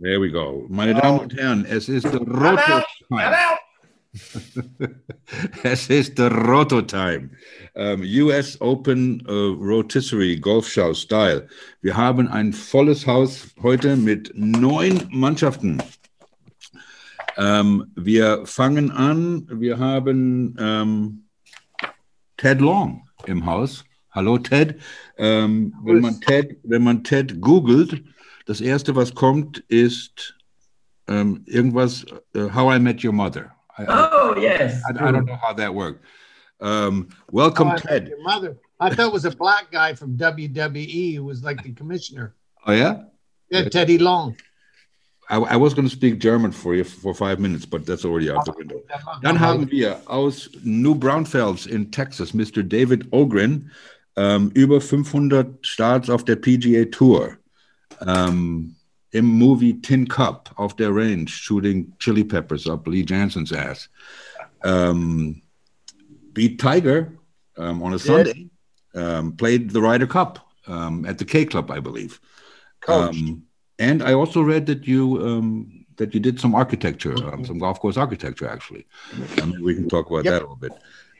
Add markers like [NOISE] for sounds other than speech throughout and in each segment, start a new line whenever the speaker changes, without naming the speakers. There we go. Meine Damen und Herren, es ist der
out. I'm
Roto-Time.
out.
[LAUGHS] Es ist der Roto-Time. Ähm, US Open äh, Rotisserie Golfschau Style. Wir haben ein volles Haus heute mit neun Mannschaften. Ähm, wir fangen an. Wir haben ähm, Ted Long im Haus. Hallo Ted. Ähm, wenn, man Ted wenn man Ted googelt, das erste, was kommt, ist ähm, irgendwas, äh, How I Met Your Mother. I, I,
Oh, yes.
I, I don't know how that worked. Um, welcome,
Hmm. Oh, I met
Ted.
Your mother. I thought it was a black guy from WWE who was like the commissioner.
Oh, yeah?
Yeah, Teddy Long.
I, I was going to speak German for you for five minutes, but that's already out the window. Dann
Uh-huh.
haben wir aus New Braunfels in Texas Mr. David Ogren, ähm, über 500 Starts auf der PGA Tour, ähm, im Movie Tin Cup auf der Range, shooting Chili Peppers up Lee Janson's ass. Ähm, beat Tiger ähm, on a Sunday, ähm, played the Ryder Cup ähm, at the K Club, I believe. Um, and I also read that you um, that you did some architecture, um, some golf course architecture, actually. Um, we can talk about that a little bit.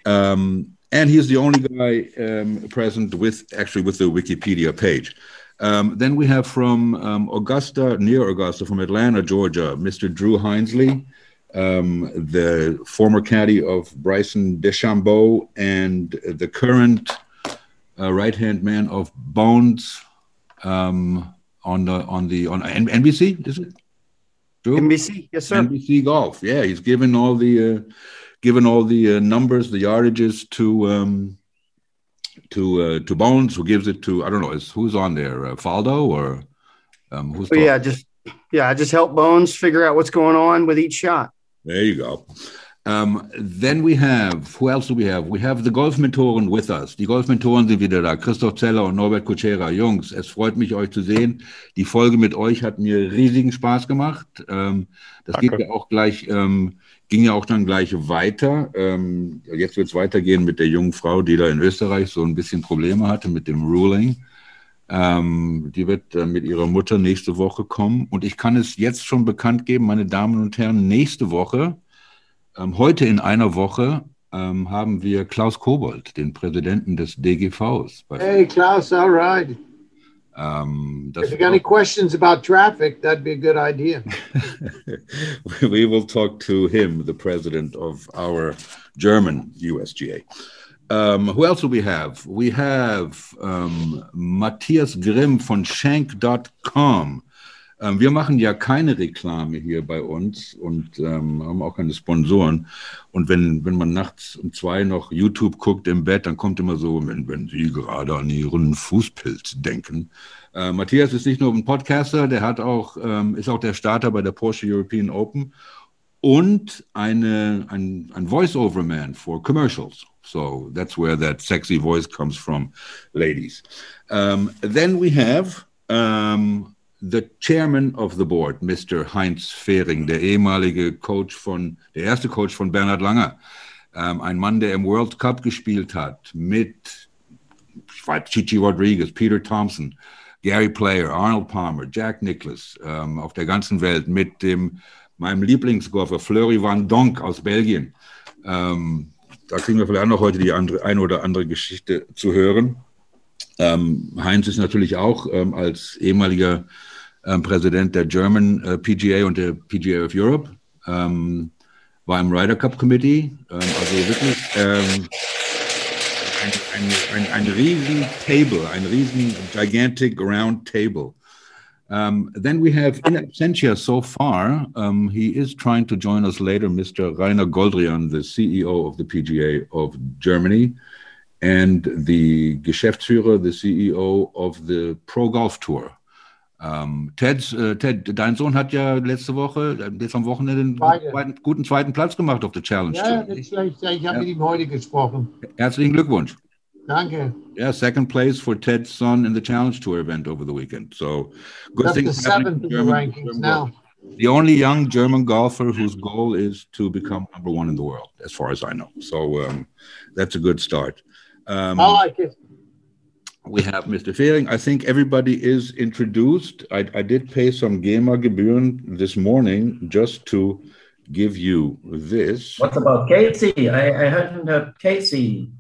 Um, and he's the only guy um, present with actually with the Wikipedia page. Um, then we have from um, Augusta, near Augusta, from Atlanta, Georgia, Mr. Drew Hinesley, um, the former caddy of Bryson DeChambeau and the current uh, right-hand man of Bones um, on the on the on N- NBC. Is it? Drew?
NBC, yes, sir.
NBC Golf. Yeah, he's given all the uh, given all the uh, numbers, the yardages to um, to uh, to Bones, who gives it to I don't know is who's on there, uh, Faldo or um, who's?
But
talking?
Oh, yeah, just yeah, I just help Bones figure out what's going on with each shot.
There you go. Um, then we have, who else do we have? We have the Golfmentoren with us. Die Golfmentoren sind wieder da. Christoph Zeller und Norbert Kutschera. Jungs, es freut mich, euch zu sehen. Die Folge mit euch hat mir riesigen Spaß gemacht. Ähm, das
Danke.
geht ja auch gleich, ähm, ging ja auch dann gleich weiter. Ähm, jetzt wird es weitergehen mit der jungen Frau, die da in Österreich so ein bisschen Probleme hatte mit dem Ruling. Ähm, die wird äh, mit ihrer Mutter nächste Woche kommen. Und ich kann es jetzt schon bekannt geben, meine Damen und Herren, nächste Woche, ähm, heute in einer Woche, ähm, haben wir Klaus Kobold, den Präsidenten des DGVs. bei-
Hey, Klaus. All right.
Ähm, das
If you got any questions about traffic, that'd be a good idea.
[LAUGHS] we will talk to him, the president of our German USGA. Um, who else do we have? We have um, Matthias Grimm von Schenk.com. Ähm, wir machen ja keine Reklame hier bei uns und ähm, haben auch keine Sponsoren. Und wenn, wenn man nachts um zwei noch YouTube guckt im Bett, dann kommt immer so, wenn, wenn Sie gerade an Ihren Fußpilz denken. Äh, Matthias ist nicht nur ein Podcaster, der hat auch, ähm, ist auch der Starter bei der Porsche European Open und eine, ein, ein Voice-Over-Man for commercials. So that's where that sexy voice comes from, ladies. Um, then we have um, the chairman of the board, Mr. Heinz Fehring, der ehemalige Coach von, der erste Coach von Bernhard Langer. Ähm, ein Mann, der im World Cup gespielt hat mit ich weiß, Chichi Rodriguez, Peter Thompson, Gary Player, Arnold Palmer, Jack Nicklaus ähm, auf der ganzen Welt mit dem meinem Lieblingsgolfer Fleury van Donk aus Belgien. Ähm, da kriegen wir vielleicht auch noch heute die andere, eine oder andere Geschichte zu hören. Ähm, Heinz ist natürlich auch ähm, als ehemaliger ähm, Präsident der German äh, PGA und der PGA of Europe, ähm, war im Ryder Cup Committee, ähm, also wirklich ähm, ein, ein, ein, ein riesen Table, ein riesen gigantic round table. Um, then we have in absentia so far. Um, he is trying to join us later, Mr. Rainer Goldrian, the CEO of the PGA of Germany and the Geschäftsführer, the CEO of the Pro Golf Tour. Um, Ted's, äh, Ted, dein Sohn hat ja letzte Woche, äh, jetzt am Wochenende einen
Beide.
zweiten, guten zweiten Platz gemacht auf der Challenge.
Ja,
Tour.
das, ich, ich habe mit ihm heute gesprochen.
Herzlichen Glückwunsch.
Danke.
Yeah, second place for Ted's son in the Challenge Tour event over the weekend. So good
Up to
things happening
seventh
to
in the
German,
rankings
German
now.
golf. The only young German golfer whose goal is to become number one in the world, as far as I know. So um, that's a good start. Um,
I like it.
We have Mr. Fehring. I think everybody is introduced. I, I did pay some GEMA Gebühren this morning just to give you this.
What about Casey? I, I hadn't heard Casey.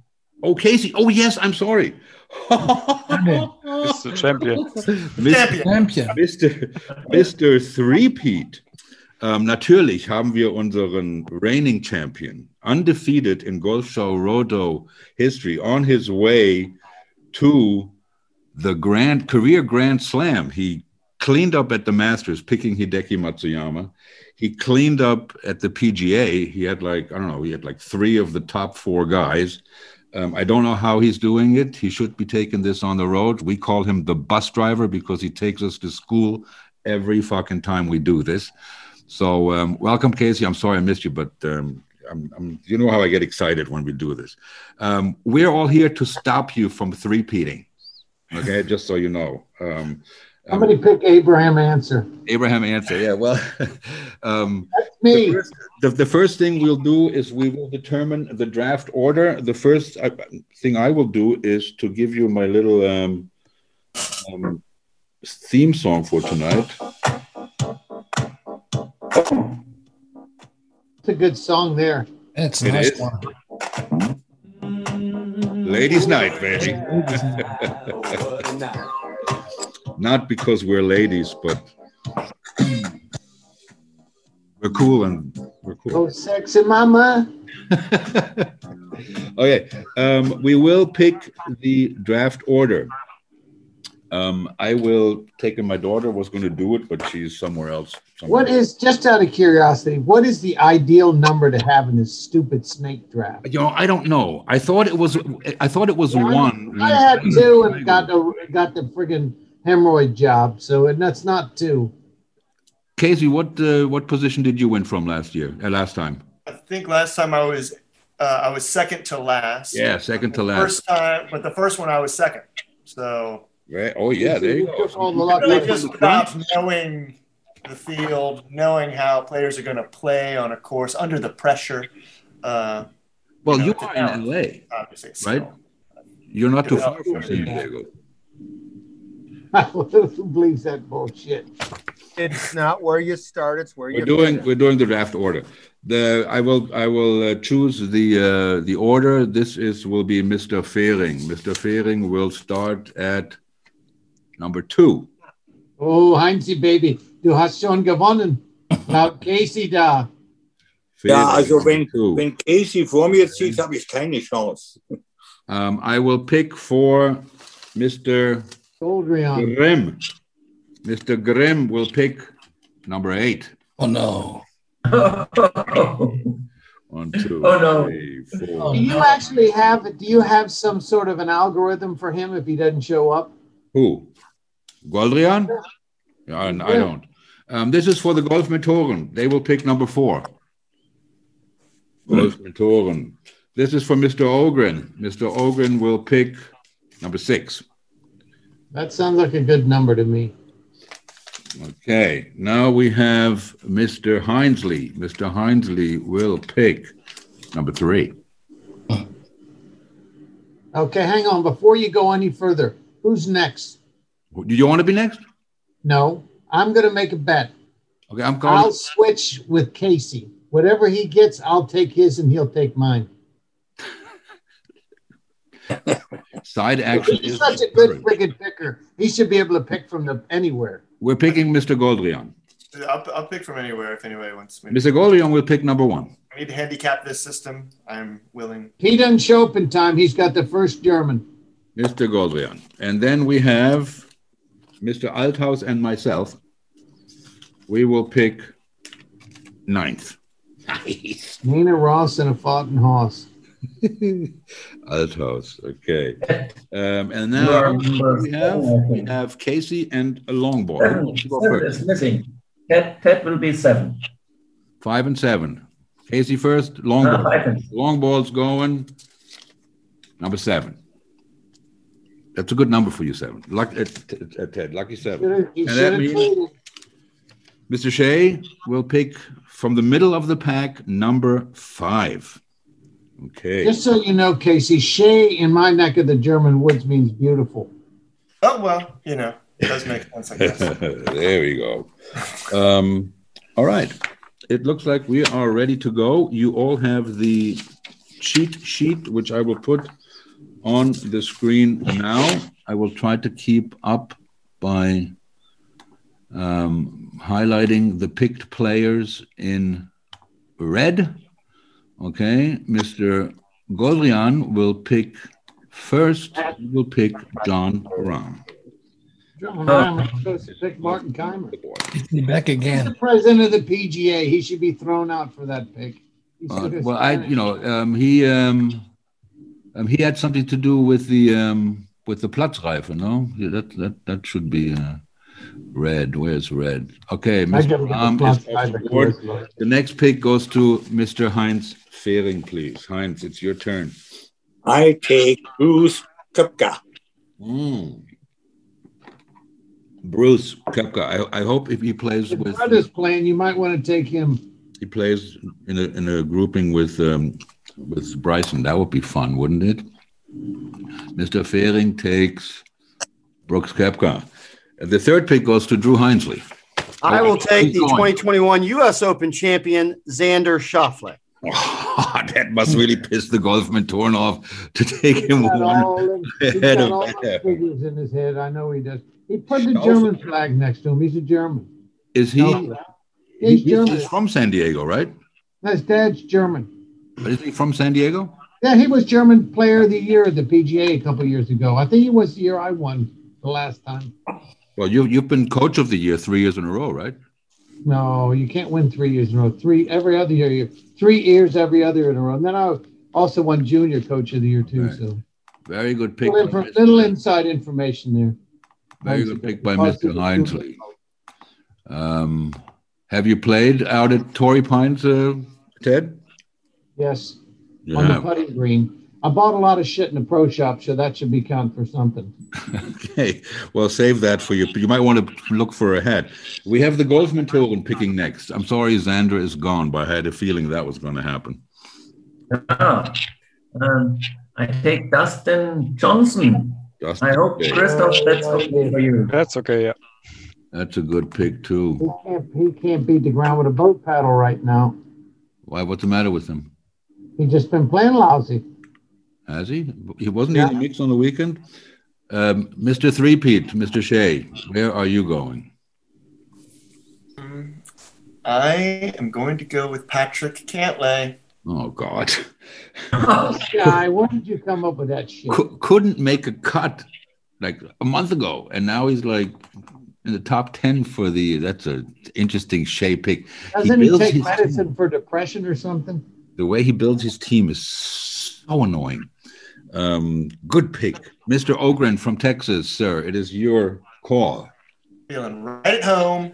Oh, Casey. Oh, yes, I'm sorry. Mr.
Mr. Champion.
[LAUGHS]
Champion.
Mr. Mr. Three-Peat. Ähm, natürlich haben wir unseren reigning champion, undefeated in Golf Show Rodo history, on his way to the grand career Grand Slam. He cleaned up at the Masters, picking Hideki Matsuyama. He cleaned up at the PGA. He had like, I don't know, he had like three of the top four guys. Um, I don't know how he's doing it. He should be taking this on the road. We call him the bus driver because he takes us to school every fucking time we do this. So um, welcome, Casey. I'm sorry I missed you, but um, I'm, I'm, you know how I get excited when we do this. Um, we're all here to stop you from three-peating. Okay, just so you know. Um,
Somebody pick Abraham answer.
Abraham answer. Yeah, well, [LAUGHS] um,
That's me.
the, first, the, the first thing we'll do is we will determine the draft order. The first uh, thing I will do is to give you my little um, um, theme song for tonight.
It's a good song there.
That's
It
a nice
is.
one.
Ladies' night, baby. [LAUGHS] Not because we're ladies, but we're cool and we're cool.
Oh, sexy mama.
okay, um, we will pick the draft order. Um, I will take in my daughter was going to do it, but she's somewhere else. somewhere
What is, just out of curiosity, what is the ideal number to have in this stupid snake draft?
You know, I don't know. I thought it was. I thought it was
Yeah, I-
one.
I had two and got the, got the friggin' hemorrhoid job. So, and that's not two.
[CLEARS THROAT] Casey, what uh, what position did you win from last year? Uh, last time?
I think last time I was uh, I was second to last.
Yeah, second to
The
last.
First time, but the first one I was second. So
Right? Oh yeah, there you go.
Took all the [LAUGHS] luck.
really just about knowing the field, knowing how players are going to play on a course under the pressure. Uh,
Well, you are in LA.
obviously, so.
Right. You're not too far from San Diego.
Who believes that bullshit?
It's not where you start, it's where
We're doing we're doing the draft order. The I will I will uh, choose the uh, the order. This is will be Mr. Fehring. Mr. Fehring will start at number two.
Oh, Heinzie, Baby, du hast schon gewonnen. Laut Casey da.
Ja,
Fehring,
also wenn,
two.
wenn Casey vor mir zieht, habe ich keine Chance.
Um, I will pick for Mr. Mm.
Goldrion.
Grimm. Mr. Grimm will pick number eight.
Oh no.
[LAUGHS]
One, two,
Oh, no.
three,
Oh,
four.
Do you actually have, do you have some sort of an algorithm for him if he doesn't show up?
Who? Goldrian? Yeah, I, I don't. Um, this is for the Golf Mentoren. They will pick number four. Golf Mentoren. This is for Mr. Ogren. Mr. Ogren will pick number six.
That sounds like a good number to me.
Okay, now we have Mr. Hinesley. Mr. Hinesley will pick number three.
Okay, hang on. Before you go any further, who's next?
Do you want to be next?
No, I'm going to make a bet.
Okay, I'm calling.
I'll switch with Casey. Whatever he gets, I'll take his and he'll take mine.
Side action.
He's
is
such a good friggin' picker. He should be able to pick from the, anywhere.
We're picking Mr. Goldrian.
I'll, I'll pick from anywhere if anybody wants me. to.
Mr. Goldrian will pick number one.
I need to handicap this system. I'm willing.
He doesn't show up in time. He's got the first German.
Mr. Goldrian. And then we have Mr. Althaus and myself. We will pick ninth.
[LAUGHS]
Nice.
Nina Ross and a Fountain Hoss.
Althaus,
[LAUGHS]
okay. Um, and
You
now
are number
we have,
seven, I
we
think.
have Casey and a
Seven,
Longboard. You go
seven
first.
is missing. Ted, Ted will be seven.
Five and seven. Casey first,
Uh,
Longboard.
I think.
Longball's going. Number seven. That's a good number for you, seven. Luck, uh, t- uh, Ted, lucky seven.
Should've- He
And that
should have
means-
waited.
Mr. Shea will pick from the middle of the pack, number five. Okay.
Just so you know, Casey, Shea in my neck of the German woods means beautiful.
Oh well, you know, it does make sense, I guess.
[LAUGHS] there we go. Um, all right. It looks like we are ready to go. You all have the cheat sheet, which I will put on the screen now. I will try to keep up by um, highlighting the picked players in red. Okay, Mr. Golrian will pick first, he will pick John Rahm.
John Rahm was supposed to pick Martin Keimer.
It's me back
He's
again.
the president of the PGA. He should be thrown out for that pick. [LAUGHS] He's
Uh,
good as
well, I,
Spanish.
you know, um, he um, um, he had something to do with the um, with the Platzreife, no? Yeah, that that that should be uh, red. Where's red? Okay,
I
Mr.
give him the
Rahm
plus
is
five
off the board.
because, look,
The next pick goes to Mr. Heinz Fehring, please. Heinz, it's your turn.
I take Bruce Kupka.
Bruce Kepka. I, I hope if he plays
If
with
Bud is playing, you might want to take him.
he plays in a in a grouping with um, with Bryson. That would be fun, wouldn't it? Mr. Fairing takes Brooks Kepka. And the third pick goes to Drew Hinesley.
I will take the
Keep going.
2021 U.S. Open champion Xander Schauffele.
[LAUGHS] that must really piss the golfman torn off to [LAUGHS] take him
He's got
one.
all, them-
[LAUGHS]
he's
ahead
got
of
all
that.
those figures in his head. I know he does. He put the
Also-
German flag next to him. He's a German.
Is he?
No. He's
he-
German.
he's from San Diego, right?
His dad's German.
But is he from San Diego?
Yeah, he was German Player of the Year at the PGA a couple years ago. I think he was the year I won the last time.
Well, you you've been coach of the year three years in a row, right?
No, you can't win three years in a row. Three every other year. you- Three years every other year in a row. And then I also won Junior Coach of the Year too.
Right.
So
Very good pick.
little,
by
infor-
Mr.
little inside information there.
Very good pick by
Possible.
Mr. Hinesley. Um, have you played out at Torrey Pines, uh, Ted?
Yes,
You
on
[LAUGHS]
the
have.
putting green. I bought a lot of shit in the pro shop, so that should be count for something.
Okay. Well, save that for you. You might want to look for a hat. We have the Golfman Token picking next. I'm sorry, Xander is gone, but I had a feeling that was going to happen.
Ah, um, I take Dustin Johnson.
Just-
I hope,
Okay.
Christoph, that's okay for you. [LAUGHS]
That's okay. Yeah.
That's a good pick,
He
too.
can't. He can't beat the ground with a boat paddle right now.
Why? What's the matter with him?
He's just been playing lousy.
Has he? He wasn't in the mix on the weekend? Um, Mr. Threepete, Mr. Shea, where are you going?
Mm. I am going to go with Patrick Cantlay.
Oh, God.
This guy, where did you come up with that shit?
cou- couldn't make a cut like a month ago, and now he's like in the top ten for the. That's a interesting Shea pick.
Doesn't he
builds
take
his
medicine for depression or something?
The way he builds his team is so annoying. Um, good pick, Mr. Ogren from Texas, sir. It is your call.
Feeling right at home.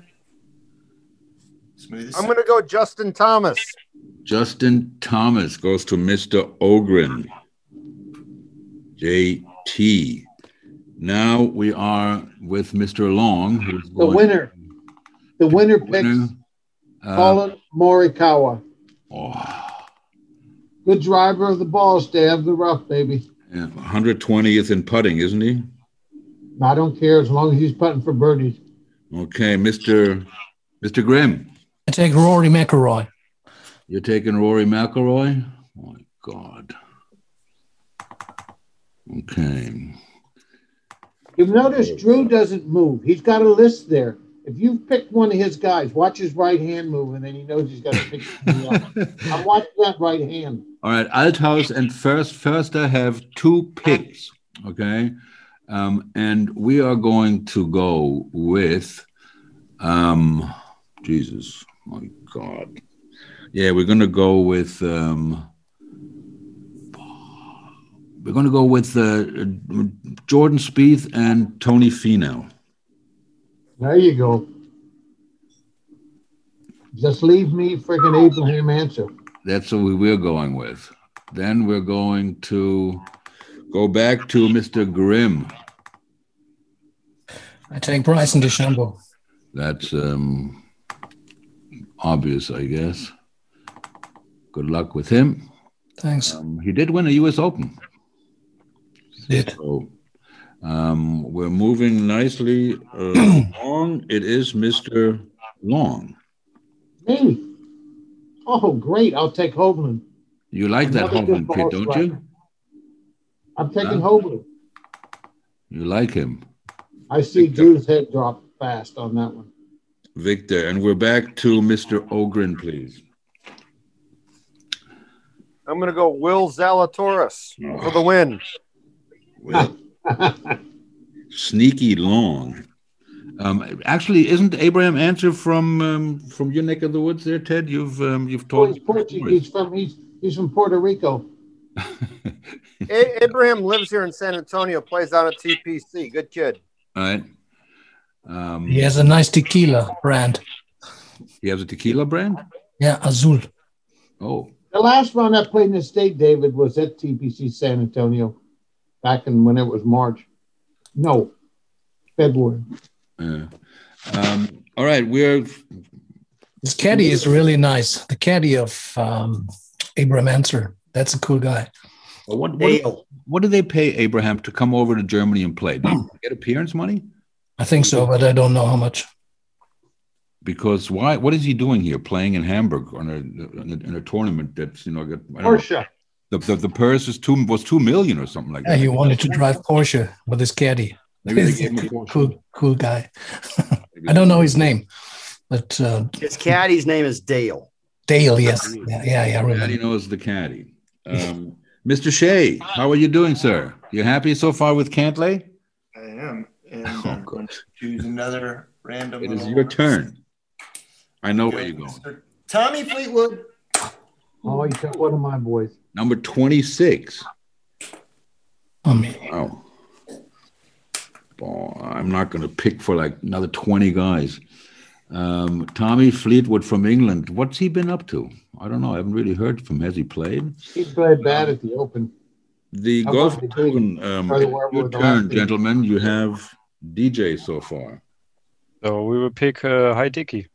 Smooth as
I'm going to go Justin Thomas.
Justin Thomas goes to Mr. Ogren. JT. Now we are with Mr. Long, who's
The
going-
winner. The winner picks
Winner. Uh,
Colin Morikawa.
oh.
Good driver of the ball, stay out of the rough, baby.
Yeah, 120th in putting, isn't he?
I don't care as long as he's putting for birdies.
Okay, Mr. Mr. Grimm,
I take Rory McIlroy.
you're taking Rory McIlroy. My God. Okay.
You've noticed Drew doesn't move. He's got a list there. If you've picked one of his guys, watch his right hand move, and then he knows he's got to pick. somebody
[LAUGHS]
else. I'm watching that right hand.
All right, Althaus and First Förster have two picks. Okay, um, and we are going to go with, um, Jesus, my God, yeah, we're going to go with, um, we're going to go with uh, Jordan Spieth and Tony Finau.
There you go. Just leave me freaking Abraham answer.
That's what we're going with. Then we're going to go back to Mr. Grimm.
I take Bryson DeChambeau.
That's um, obvious, I guess. Good luck with him.
Thanks.
Um, he did win a U.S. Open,
Did.
so Um, we're moving nicely uh, [CLEARS THROAT] along. It is Mr. Long.
Me. Oh, great. I'll take Hovland.
You like that
Another good
Holland kid,
ball
don't
striker.
you?
I'm taking
Huh?
Hovland.
You like him,
I see
Victor.
Drew's head drop fast on that one.
Victor. And we're back to Mr. Ogren, please.
I'm going to go Will Zalatoris for the
[LAUGHS]
win.
Well, sneaky long. Um, actually, isn't Abraham Answer from um, from your neck of the woods there, Ted? You've um, you've
Oh,
talked.
he's Portuguese. He's from, he's, he's from Puerto Rico.
A- Abraham lives here in San Antonio, plays out at TPC. Good kid.
All right. Um,
He has a nice tequila brand.
He has a tequila brand.
Yeah, Azul.
Oh,
The last round I played in the state, David, was at TPC San Antonio back in when it was March. No, February.
yeah. Um, all right. We're
His caddy is really nice. The caddy of um, Abraham Answer. That's a cool guy.
uh, what, what,
Dale.
what do they pay Abraham to come over to Germany and play? Do
[CLEARS THROAT]
you get appearance money?
I think so, but I don't know how much.
Because why? What is he doing here? Playing in Hamburg on a on a, on a tournament that's you know, got, I don't know
Portia.
the, the the purse is two was two million or something like
Yeah,
that.
he wanted to drive Porsche with his caddy.
Maybe they
He's
gave him a
a
Porsche.
cool, cool guy. I don't know his name, but uh,
His caddy's name is Dale.
Dale, yes. Yeah, yeah, yeah. I
All he
remember.
knows the caddy. Um, Mr. Shea, how are you doing, sir? You happy so far with Cantley?
I am.
[LAUGHS]
And
Oh,
I'm
God.
going to choose another random.
It is
little-
your turn. I know where
Good.
you're going.
Mr. Tommy Fleetwood.
Oh, he took one of my boys.
Number 26.
Um,
Wow. Oh. Boy, I'm not going to pick for like another 20 guys. Um, Tommy Fleetwood from England. What's he been up to? I don't know. I haven't really heard from. Has he played?
He played bad at the Open.
The
I
golf
wanted to
token. Um,
By the way,
your
with the
turn,
last thing.
gentlemen. You have DJ so far.
So we will pick uh, Hideki.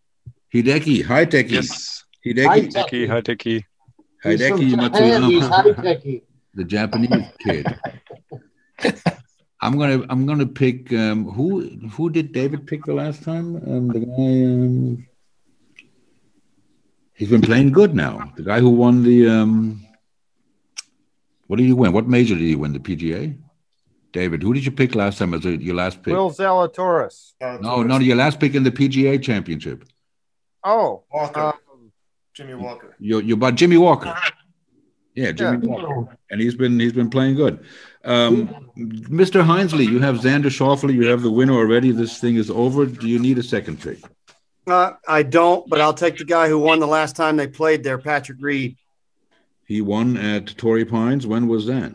Hideki, Hideki,
Yes.
Hideki,
Hi-
Hideki, Hideki.
He's from
Hideki
Japan. He's
Matsuyama,
high-techy.
the Japanese kid. I'm gonna I'm gonna pick um, who who did David pick the last time? Um, the guy um, he's been playing good now. The guy who won the um, what did he win? What major did he win? The PGA. David, who did you pick last time as a, your last pick?
Will Zalatoris.
Uh,
no, no, your last pick in the PGA Championship.
Oh,
Walker.
um,
Jimmy Walker.
You're, you're about Jimmy Walker. Yeah, Jimmy
Yeah.
Walker. and he's been he's been playing good. Um, Mr. Hinesley, you have Xander Schauffele, you have the winner already. This thing is over. Do you need a second pick?
Uh, I don't, but I'll take the guy who won the last time they played there, Patrick Reed,
He won at Torrey Pines. When was that?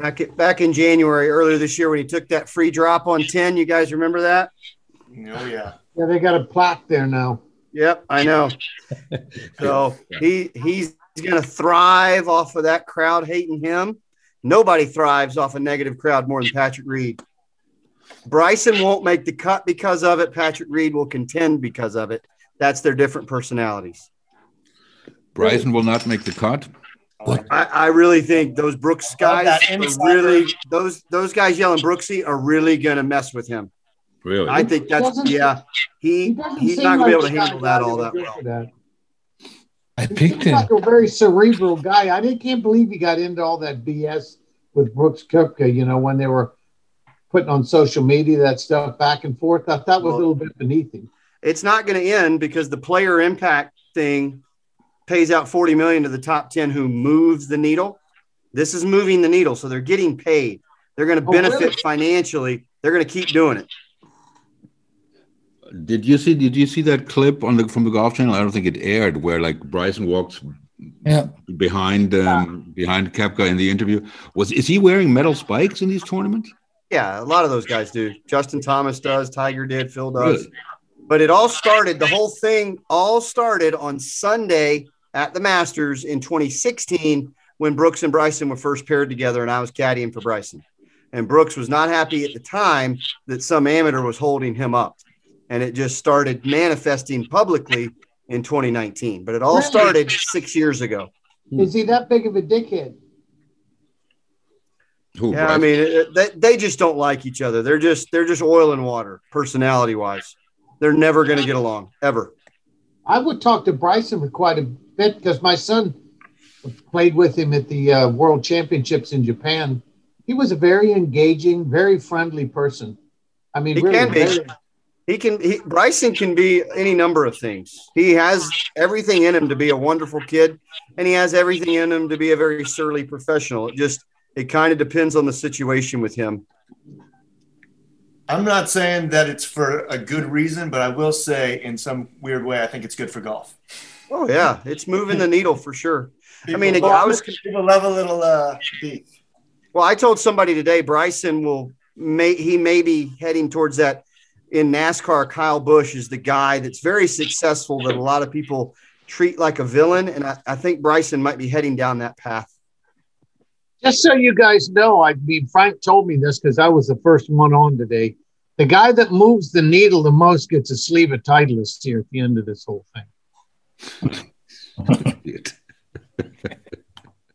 back at, back in January earlier this year when he took that free drop on ten. You guys remember that?
Oh, yeah.
Yeah, they got a plaque there now.
Yep, I
[LAUGHS]
know. So he he's going to thrive off of that crowd hating him. Nobody thrives off a negative crowd more than Patrick Reed. Bryson won't make the cut because of it. Patrick Reed will contend because of it. That's their different personalities.
Bryson will not make the cut.
I, I really think those Brooks
I love
guys
that
are
insider.
really those those guys yelling Brooksy are really going to mess with him.
Really?
I think that's
Doesn't-
yeah.
He
He
doesn't
he's
seem
not going to be able to
like the
handle
guy
that all
would
that
go
well.
for that.
I
He
picked
seems
him.
like a very cerebral guy. I didn't, can't believe he got into all that BS with Brooks Koepka, you know, when they were putting on social media that stuff back and forth. I thought was a
Well-
little bit beneath him.
it's not going to end because the player impact thing pays out 40 million to the top 10 who moves the needle. This is moving the needle, so they're getting paid. They're going to
Oh, really?
benefit financially. They're going to keep doing it.
Did you see? Did you see that clip on the from the Golf Channel? I don't think it aired. Where like Bryson walks
Yeah.
behind um, behind Kepka in the interview. Was is he wearing metal spikes in these tournaments?
Yeah, a lot of those guys do. Justin Thomas does, Tiger did, Phil does.
Really?
But it all started, the whole thing all started on Sunday at the Masters in 2016 when Brooks and Bryson were first paired together and I was caddying for Bryson. And Brooks was not happy at the time that some amateur was holding him up. And it just started manifesting publicly in 2019. But it all
Really?
started six years ago.
Hmm.
Is he that big of a dickhead?
Who,
yeah, I
Bryson?
mean, it- it- they, they just don't like each other. They're just they're just oil and water, personality wise. They're never going to get along ever.
I would talk to Bryson for quite a bit because my son played with him at the uh, World Championships in Japan. He was a very engaging, very friendly person. I mean,
He
really,
can be.
very-
He can he, Bryson can be any number of things. He has everything in him to be a wonderful kid, and he has everything in him to be a very surly professional. It just it kind of depends on the situation with him.
I'm not saying that it's for a good reason, but I will say, in some weird way, I think it's good for golf.
Oh yeah, it's moving the needle for sure. I mean,
People-
I was
people love a little uh, beef.
Well, I told somebody today Bryson will may he may be heading towards that in NASCAR. Kyle Bush is the guy that's very successful that a lot of people treat like a villain, and I, I think Bryson might be heading down that path.
Just so you guys know, I mean, Frank told me this because I was the first one on today. The guy that moves the needle the most gets a sleeve of Titleist here at the end of this whole thing.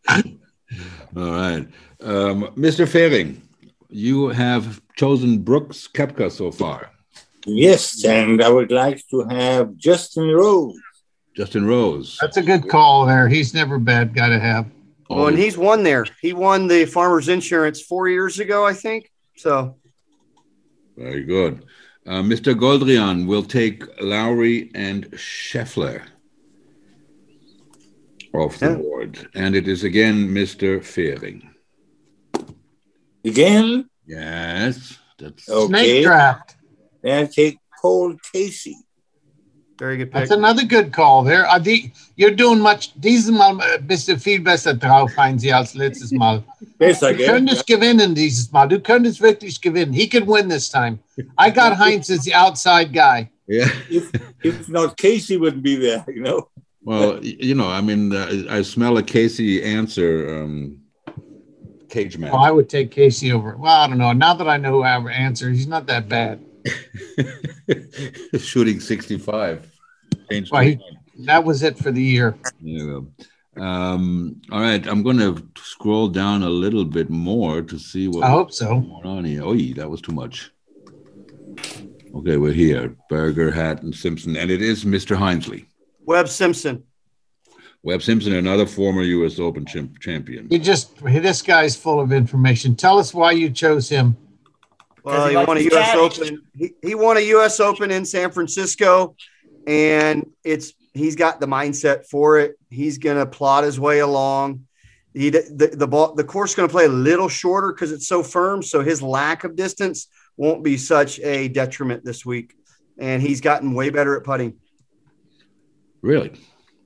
All right. Um, Mr. Fairing, you have chosen Brooks Kepka so far.
Yes, and I would like to have Justin Rose.
Justin Rose.
That's a good call there. He's never a bad guy to have.
Oh,
Well, and he's won there. He won the Farmers Insurance four years ago, I think. So
Very good. Uh, Mr. Goldrian will take Lowry and Scheffler off the
Yeah.
board. And it is again Mr. Fairing.
Again,
Yes. That's
okay.
Snake draft.
Then I take Paul Casey.
very good pick.
That's another good call there. Uh, the, you're doing much. Diesmal äh, bist du viel besser drauf, Heinz, als letztes Mal.
Besser,
Du
gell?
könntest gewinnen dieses Mal. Du könntest wirklich gewinnen. He could win this time. I got Heinz as the outside guy.
Yeah.
If, if not, Casey wouldn't be there, you know?
Well, y- you know, I mean, uh, I smell a Casey answer um, cage match.
Well, I would take Casey over. Well, I don't know. Now that I know who I would answer, he's not that bad.
[LAUGHS] Shooting 65. Changed
Well, he-
to-
That was it for the year.
There you go. Um, all right, I'm going to scroll down a little bit more to see what
I hope so.
going on here. Oy, that was too much. Okay, we're here. Berger, Hatton, Simpson, and it is Mr. Hinesley.
Webb Simpson.
Webb Simpson, another former U.S. Open champ- champion.
You just this guy's full of information. Tell us why you chose him.
Well,
he
he
likes
won a
his
U.S.
daddy.
Open. He, he won a U.S. Open in San Francisco, and it's he's got the mindset for it. He's gonna plot his way along. He d- the the ball the course gonna play a little shorter because it's so firm, so his lack of distance won't be such a detriment this week. And he's gotten way better at putting.
Really,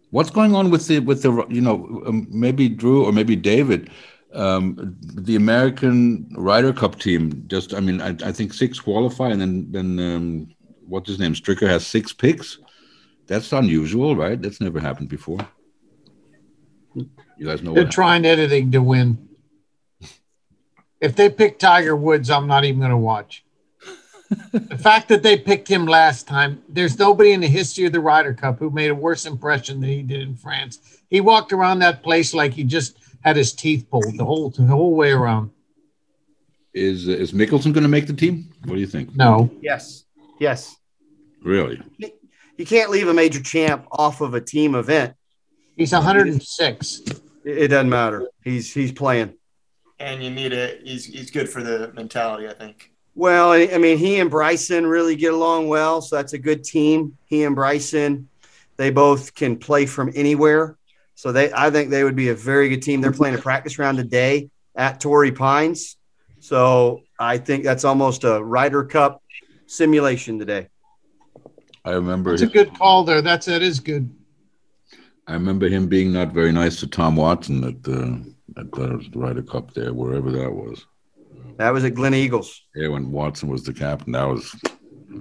what's going on with the with the you know um, maybe Drew or maybe David, um, the American Ryder Cup team? Just I mean I, I think six qualify and then then um, what's his name Stricker has six picks. That's unusual, right? That's never happened before. You guys know
They're
what?
trying anything to win. If they pick Tiger Woods, I'm not even going to watch. the fact that they picked him last time, there's nobody in the history of the Ryder Cup who made a worse impression than he did in France. He walked around that place like he just had his teeth pulled the whole the whole way around.
is is Mickelson going to make the team? What do you think?
No,
Yes. Yes.
Really?
You can't leave a major champ off of a team event.
he's 106.
It, it doesn't matter. He's he's playing.
and you need a he's he's good for the mentality i think
Well, I I mean, he and Bryson really get along well, so that's a good team. He and Bryson, they both can play from anywhere, so they I think they would be a very good team. They're playing a practice round today at Torrey Pines, so I think that's almost a Ryder Cup simulation today.
I remember.
That's a
him-
good call there. That's that is good.
I remember him being not very nice to Tom Watson at the at the Ryder Cup there, wherever that was.
That was at Glen Eagles.
Yeah, when Watson was the captain, that was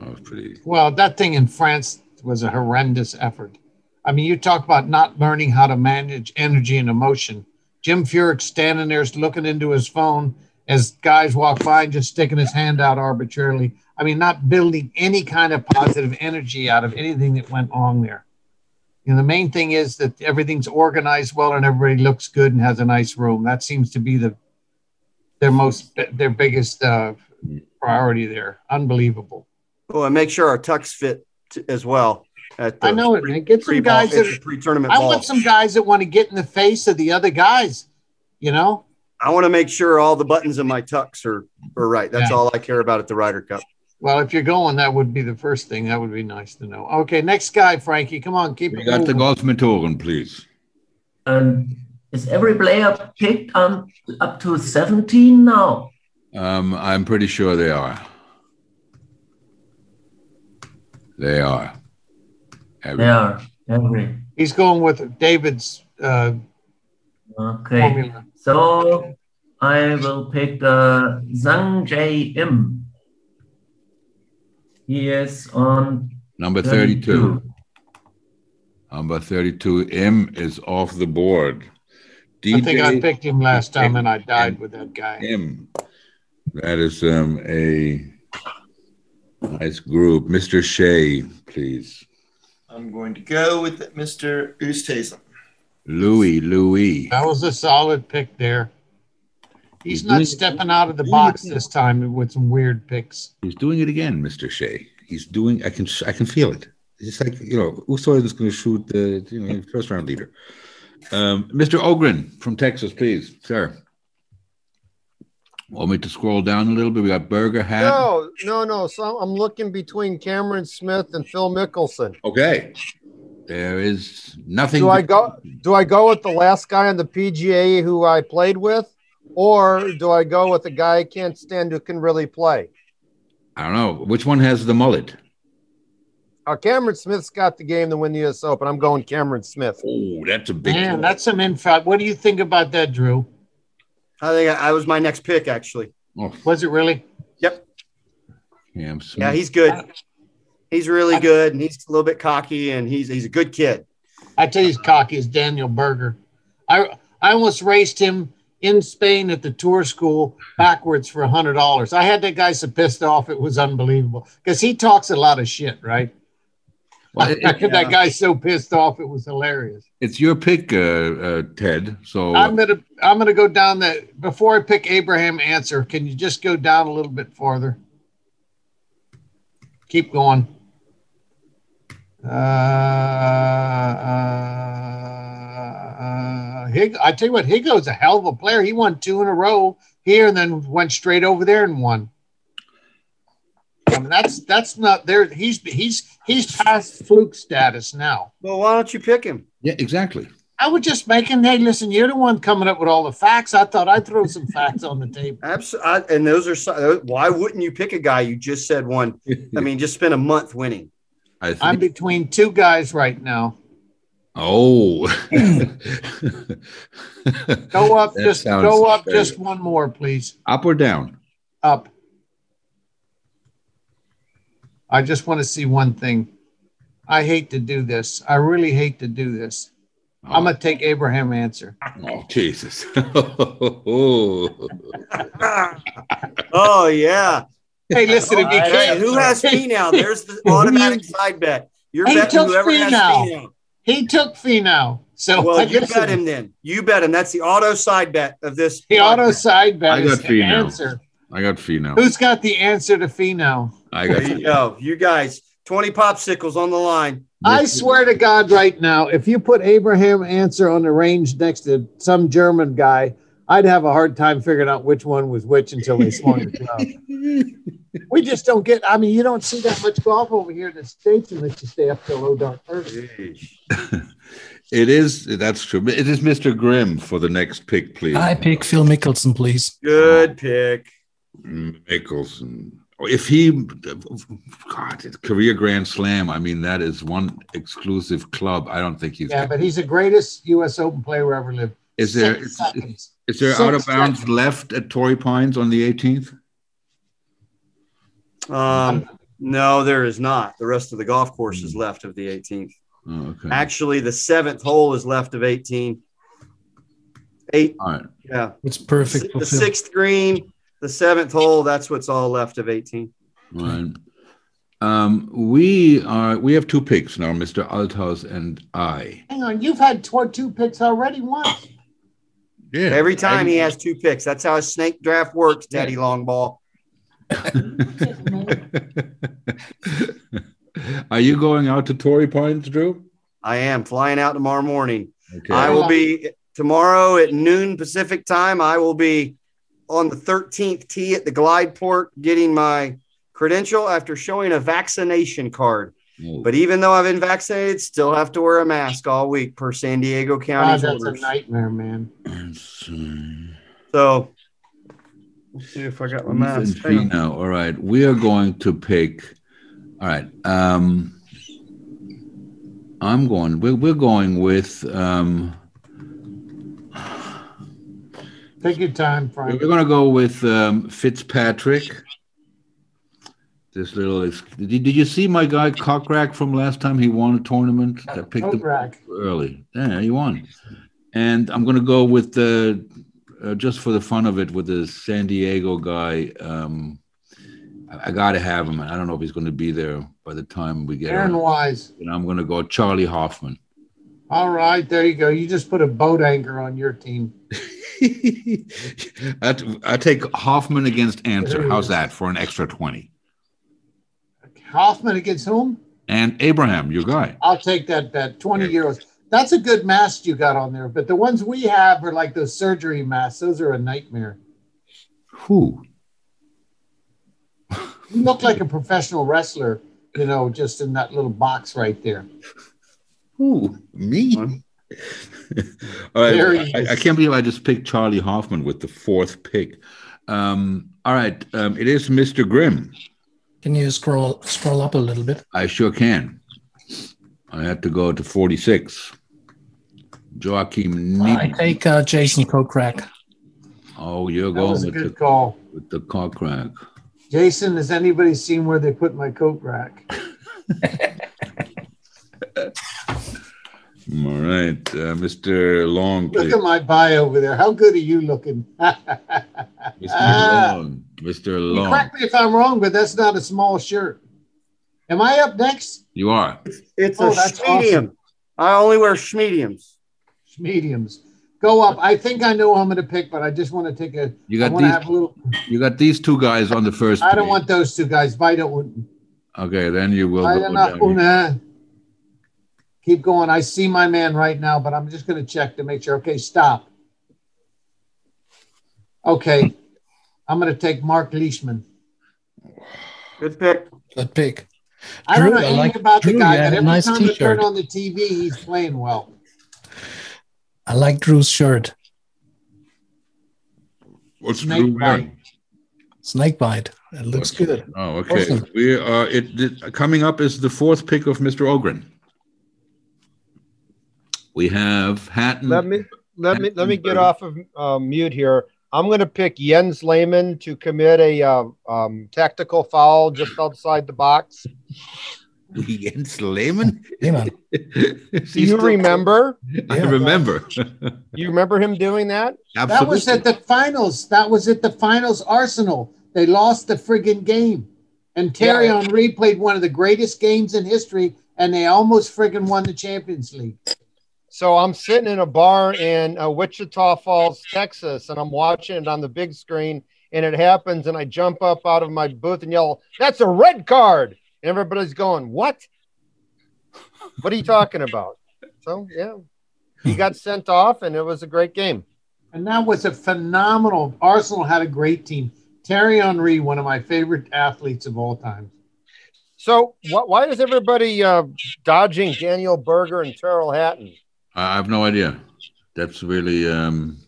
that was pretty.
Well, that thing in France was a horrendous effort. I mean, you talk about not learning how to manage energy and emotion. Jim Furyk standing there looking into his phone as guys walk by and just sticking his hand out arbitrarily. I mean, not building any kind of positive energy out of anything that went on there. You know, the main thing is that everything's organized well and everybody looks good and has a nice room. That seems to be the their most their biggest uh, priority there. Unbelievable.
Well, Oh, and make sure our tucks fit t- as well. At the
I know it, man. Get some
pre-ball-
guys that
it's a pre-tournament
I
ball.
want some guys that want to get in the face of the other guys. You know,
I want to make sure all the buttons in my tucks are, are right. That's all I care about at the Ryder Cup.
well, if you're going, that would be the first thing. That would be nice to know. Okay, next guy, Frankie. Come on, keep
We
it
got the
moving.
Golfmentoren, please.
And Um, is every player picked on up to 17 now?
Um, I'm pretty sure they are. They are. Every-
Yeah, every.
He's going with David's uh,
Okay.
formula.
So I will pick uh, Zhang J. Im. He is on
Number 32.
32.
Number 32. M is off the board.
I think I
DJ
picked him last time, and I died with that guy.
M. That is um, a nice group. Mr. Shea, please.
I'm going to go with Mr. Oosthuizen.
Louis, Louis.
That was a solid pick there. He's not stepping out of the box this time with some weird picks.
He's doing it again, Mr. Shea. He's doing. I can. I can feel it. It's like you know, Usoy is going to shoot the you know first round leader. Um, Mr. Ogren from Texas, please, sir. Want me to scroll down a little bit? We got Burger Hat.
No, no, no. So I'm looking between Cameron Smith and Phil Mickelson.
Okay. There is nothing.
Do I go? Do I go with the last guy on the PGA who I played with, or do I go with the guy I can't stand who can really play?
I don't know which one has the mullet.
Uh, Cameron Smith's got the game to win the U.S. Open. I'm going Cameron Smith.
Oh, that's a big.
Man, that's some infight. What do you think about that, Drew?
I think I, I was my next pick, actually.
Oh,
Was it really?
Cam
Yeah,
Smith.
he's good. He's really good, and he's a little bit cocky, and he's he's a good kid.
I tell you, he's cocky as Daniel Berger. I I almost raced him in Spain at the tour school backwards for hundred dollars. I had that guy so pissed off it was unbelievable because he talks a lot of shit, right?
Well, it-
I had [LAUGHS] that guy so pissed off it was hilarious.
it's your pick, uh, uh, Ted. So
I'm gonna I'm gonna go down that before I pick Abraham answer. Can you just go down a little bit farther? Keep going. Uh, uh, uh, Hig- I tell you what, Higo's a hell of a player. He won two in a row here, and then went straight over there and won. I mean, that's that's not there. He's he's he's past fluke status now.
Well, why don't you pick him?
yeah, exactly.
I was just making, hey, listen, you're the one coming up with all the facts. I thought I'd throw some facts on the table.
Absolutely. And those are so- why wouldn't you pick a guy you just said won? I mean, just spent a month winning.
I think.
I'm between two guys right now.
oh.
Go
[LAUGHS]
up,
That
just
sounds
go up,
very-
just one more, please.
Up or down?
Up. I just want to see one thing. I hate to do this. I really hate to do this. I'm gonna take Abraham answer.
Oh Jesus! [LAUGHS]
[LAUGHS] Oh yeah.
Hey, listen, if you
All
Hey,
can't,
who has fee now? There's the
Who
automatic
[LAUGHS] is-
side bet. You're
Hey,
betting
took
whoever
fee
has
now.
fee now.
he took fee now. So I
Well, you
listen,
bet him then. You bet him. That's the auto side bet of this.
The auto side bet
I got
is the
fee now.
answer.
I got fee now.
Who's got the answer to fee now?
I
There
got
you
fee.
go. You guys, 20 popsicles on the line.
I swear to God, right now, if you put Abraham Answer on the range next to some German guy, I'd have a hard time figuring out which one was which until they swung the club. We just don't get. I mean, you don't see that much golf over here in the states unless you stay up till low dark thirty.
It is. That's true. It is Mr. Grimm for the next pick, please.
I pick Phil Mickelson, please.
Good pick.
Mickelson. Mm, If he, God, it's career Grand Slam. I mean, that is one exclusive club. I don't think he's.
Yeah, but he's the greatest U.S. Open player ever lived.
is there
Six
is,
seconds.
is there
Six
out of bounds
seconds.
left at Torrey Pines on the 18th?
Um, no, there is not. The rest of the golf course is left of the 18th.
Oh, okay.
Actually, the seventh hole is left of 18. Eight.
All right.
Yeah.
It's perfect for
The
Phil.
sixth green, the seventh hole. That's what's all left of 18.
Right. Um, we are. We have two picks now, Mr. Althaus and I.
Hang on, you've had tw- two picks already once.
Yeah.
Every time he has two picks. That's how a snake draft works, Daddy Longball.
[LAUGHS] Are you going out to Torrey Pines, Drew?
I am flying out tomorrow morning.
Okay.
I will be tomorrow at noon Pacific time. I will be on the 13th tee at the Glide Port getting my credential after showing a vaccination card.
Oh.
But even though I've been vaccinated, still have to wear a mask all week per San Diego
God,
County
that's a
orders.
nightmare, man.
So let's see if I got my mask.
Ethan
Hang on.
Fino. All right. We are going to pick. All right. Um, I'm going. We're, we're going with. Um,
Take your time, Frank.
we're going to go with um, Fitzpatrick. This little. ex- Did, did you see my guy Cockrack from last time? He won a tournament. That picked
Coat
him
rack.
early. Yeah, he won. And I'm going to go with the, uh, just for the fun of it, with the San Diego guy. Um, I, I got to have him. I don't know if he's going to be there by the time we get
Aaron
around.
Wise.
And I'm going to go Charlie Hoffman.
All right, there you go. You just put a boat anchor on your team.
I, I take Hoffman against Answer. How's that for an extra 20?
Hoffman against whom?
And Abraham, your guy.
I'll take that bet. 20 euros. That's a good mask you got on there, but the ones we have are like those surgery masks. Those are a nightmare.
Who?
You look like a professional wrestler, you know, just in that little box right there.
Who? Me? [LAUGHS] all right.
There he
I,
is.
I can't believe I just picked Charlie Hoffman with the fourth pick. Um, all right. Um, it is Mr. Grimm.
Can you scroll scroll up a little bit?
I sure can. I had to go to 46. Joachim
I
Niemann.
take uh, Jason Kokrak.
Oh, you're
That
going
was a
with
good
the,
call.
with the cock rack.
Jason, has anybody seen where they put my coat rack?
All right. Uh, Mr. Long,
Look
please.
at my bio over there. How good are you looking? [LAUGHS]
Mr.
Ah.
Long. Mr.
You
Long.
correct me if I'm wrong, but that's not a small shirt. Am I up next?
You are.
It's
Oh,
a
that's
medium. I only wear mediums.
Mediums. Go up. I think I know who I'm going to pick, but I just want to take a.
You
I
got
want to have
these.
a little.
You got these two guys on the first.
I don't
page.
want those two guys. Vito wouldn't.
Okay, then you will.
Vito
Go
not
down.
una. Keep going. I see my man right now, but I'm just going to check to make sure. Okay, stop. Okay, I'm going to take Mark Leishman.
Good pick.
Good pick.
I don't
Drew,
know
I
anything
like-
about the
Drew,
guy,
you
but
have a
every
nice
time I turn
t-shirt.
on the TV, he's playing well.
I like Drew's shirt.
What's
Snake
Drew wearing?
bite.
Snake bite. It looks good.
Oh, okay.
Awesome.
We are. It, it- coming up is the fourth pick of Mr. Ogren. We have Hatton.
Let me let me let me get off of uh, mute here. I'm going to pick Jens Lehmann to commit a uh, um, tactical foul just outside the box.
Jens Lehmann. [LAUGHS]
Hey, man.
Do you remember?
I remember.
You remember him doing that?
That was
Absolutely. [LAUGHS]
at the finals. That was at the finals. Arsenal. They lost the friggin' game, and Terry
Yeah.
Henry played one of the greatest games in history, and they almost friggin' won the Champions League.
So I'm sitting in a bar in uh, Wichita Falls, Texas, and I'm watching it on the big screen, and it happens, and I jump up out of my booth and yell, "That's a red card!" And everybody's going, "What? What are you talking about?" So yeah, he got sent off, and it was a great game.
And that was a phenomenal. Arsenal had a great team. Terry Henry, one of my favorite athletes of all time.
So wh- why is everybody uh, dodging Daniel Berger and Terrell Hatton?
I I have no idea. That's really. Um,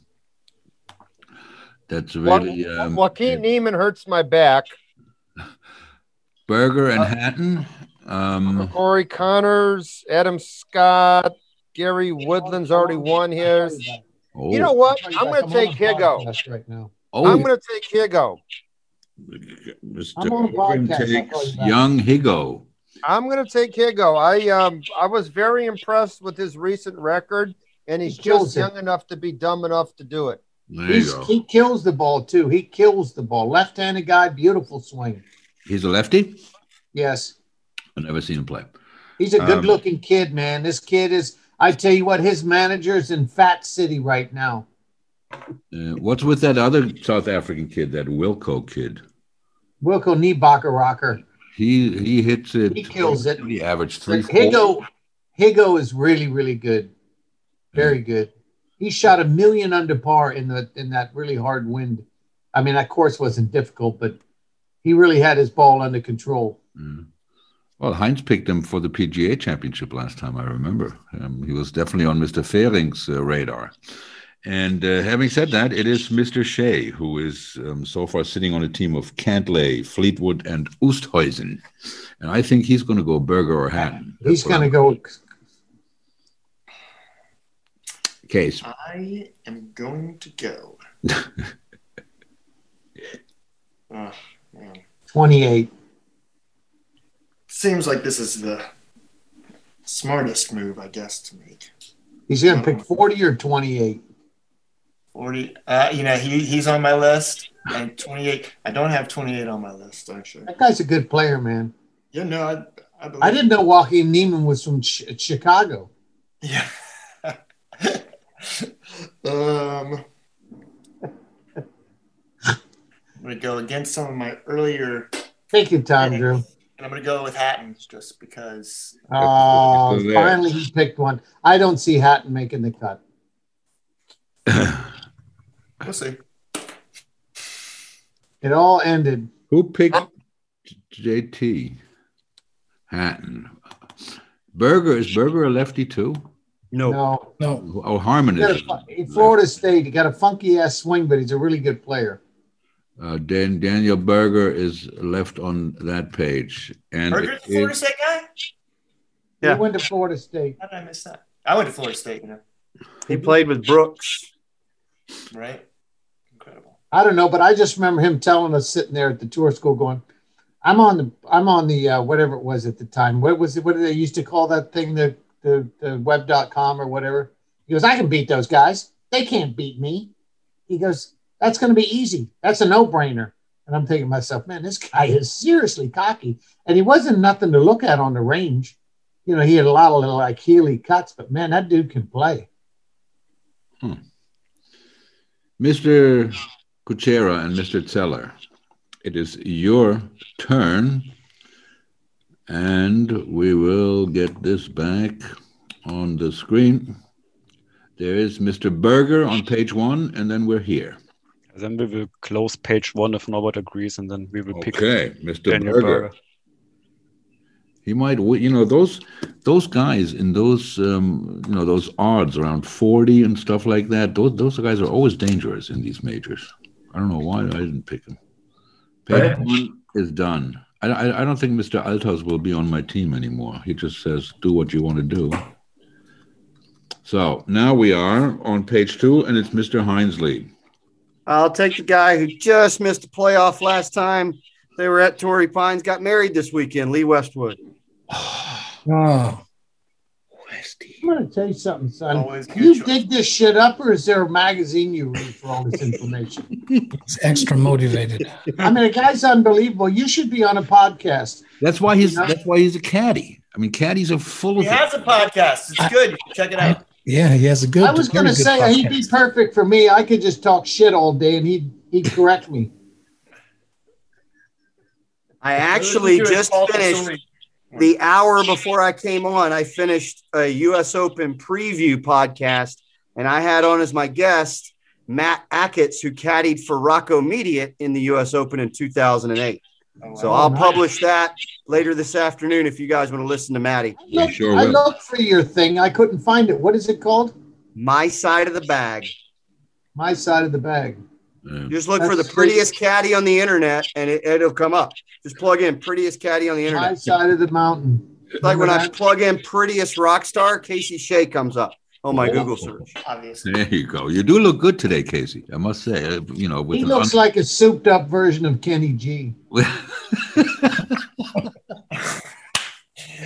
that's
Wa-
really. Um,
Joaquin Neiman hurts my back.
Berger and Hatton. Um,
Corey Connors, Adam Scott, Gary Woodland's already won his.
oh,
You know what?
I'll tell you
I'm
that.
going to take
on
Higo.
podcast Right now.
oh,
I'm going to take Higo.
Mr.
I'm on
Ogren
podcast, I'll call
takes
you back.
Young Higo.
I'm going to take Higo. I um I was very impressed with his recent record, and he's
He kills
just
it.
young enough to be dumb enough to do it.
There you
He's,
go.
he kills the ball too. He kills the ball. Left-handed guy, beautiful swing.
He's a lefty.
Yes.
I've never seen him play.
He's a
Um,
good looking kid, man. This kid is, I tell you what, his manager's in Fat City right now.
Uh, what's with that other South African kid, that Wilco kid?
Wilco Niebacher rocker.
He he hits it.
He kills it.
The average three. four-
Higo, Higo is really, really good. Very good. He shot a million under par in the in that really hard wind. I mean, that course wasn't difficult, but he really had his ball under control.
Mm. Well, Heinz picked him for the PGA Championship last time, I remember. Um, he was definitely on Mr. Fairing's uh, radar. And uh, having said that, it is Mr. Shea who is um, so far sitting on a team of Cantlay, Fleetwood, and Oosthuizen. And I think he's going to go Berger or Hatton.
He's going to go.
Case.
I am going
[LAUGHS]
to go. oh, man.
28.
Seems like this is the smartest move, I guess, to make.
He's going to pick 40 or 28.
40. Uh, you know, he, he's on my list. And 28. I don't have 28 on my list, actually.
That guy's a good player, man.
Yeah, no, I, I, believe
I didn't know Joaquin Neiman was from Ch- Chicago.
[LAUGHS] Yeah. [LAUGHS] um, I'm going to go against some of my earlier,
Take your time, Drew.
and I'm going to go with Hatton just because.
Oh,
Go there.
finally he picked one. I don't see Hatton making the cut.
We'll see.
It all ended.
Who picked JT? Hatton. Berger, is Berger a lefty too?
No.
No.
No, [SIGHS]
Oh, Harmon
He got
is.
a fu- in Florida State, he got a funky ass swing, but he's a really good player.
Uh, Dan, Daniel Berger is left on that page. And
Berger,
it
the Florida
is-
State guy?
Yeah.
He went to Florida State.
How did I miss that? I went to Florida State, you know,
He played with Brooks.
right? Incredible.
I don't know, but I just remember him telling us sitting there at the tour school going, I'm on the I'm on the uh, whatever it was at the time. What was it? What did they used to call that thing? The the, the web.com or whatever. He goes, I can beat those guys. They can't beat me. He goes, That's gonna be easy. That's a no-brainer. And I'm thinking to myself, man, this guy is seriously cocky. And he wasn't nothing to look at on the range. You know, he had a lot of little like Healy cuts, but man, that dude can play.
Mr. Kuchera and Mr. Teller, it is your turn. And we will get this back on the screen. There is Mr. Berger on page one, and then we're here.
Then we will close page one if Norbert agrees, and then we will pick
Okay, Mr.
Daniel
Berger.
Berger.
He might, wi- you know, those those guys in those, um, you know, those odds around forty and stuff like that. Those those guys are always dangerous in these majors. I don't know why I didn't pick him. Page
Right.
one is done. I, I, I don't think Mr. Altos will be on my team anymore. He just says, "Do what you want to do." So now we are on page two, and it's Mr. Hinesley.
I'll take the guy who just missed a playoff last time. They were at Torrey Pines, got married this weekend, Lee Westwood.
I'm
oh,
gonna tell you something, son.
Always
Do you
good choice.
dig this shit up, or is there a magazine you read for all this information?
it's extra motivated.
I mean, the guy's unbelievable. You should be on a podcast.
That's why he's that's why he's a caddy. I mean, caddies are full
He
of. it.
has a podcast. It's good. Check it out.
Yeah, he has a good.
I was
very
going to
good
say he'd be
podcast.
perfect for me. I could just talk shit all day, and he'd he'd correct me.
I actually
Listen to his
just
Paul
finished
Tesori.
the hour before I came on. I finished a U.S. Open preview podcast, and I had on as my guest Matt Ackett, who caddied for Rocco Mediate in the U.S. Open in 2008.
Oh, wow.
So I'll publish that later this afternoon if you guys want to listen to Matty.
I
You
looked,
sure
I
will.
looked for your thing. I couldn't find it. What is it called?
My side of the bag.
My side of the bag.
Yeah.
Just look for the
That's
prettiest caddy on the internet, and it, it'll come up. Just plug in prettiest caddy on the
My
internet.
side of the mountain.
It's like when I
Remember
plug in prettiest rock star, Casey Shea comes up on my Google search.
Obviously.
There you go. You do look good today, Casey. I must say, uh, you know,
that?
with
He
an
looks
un-
like a souped-up version of Kenny G.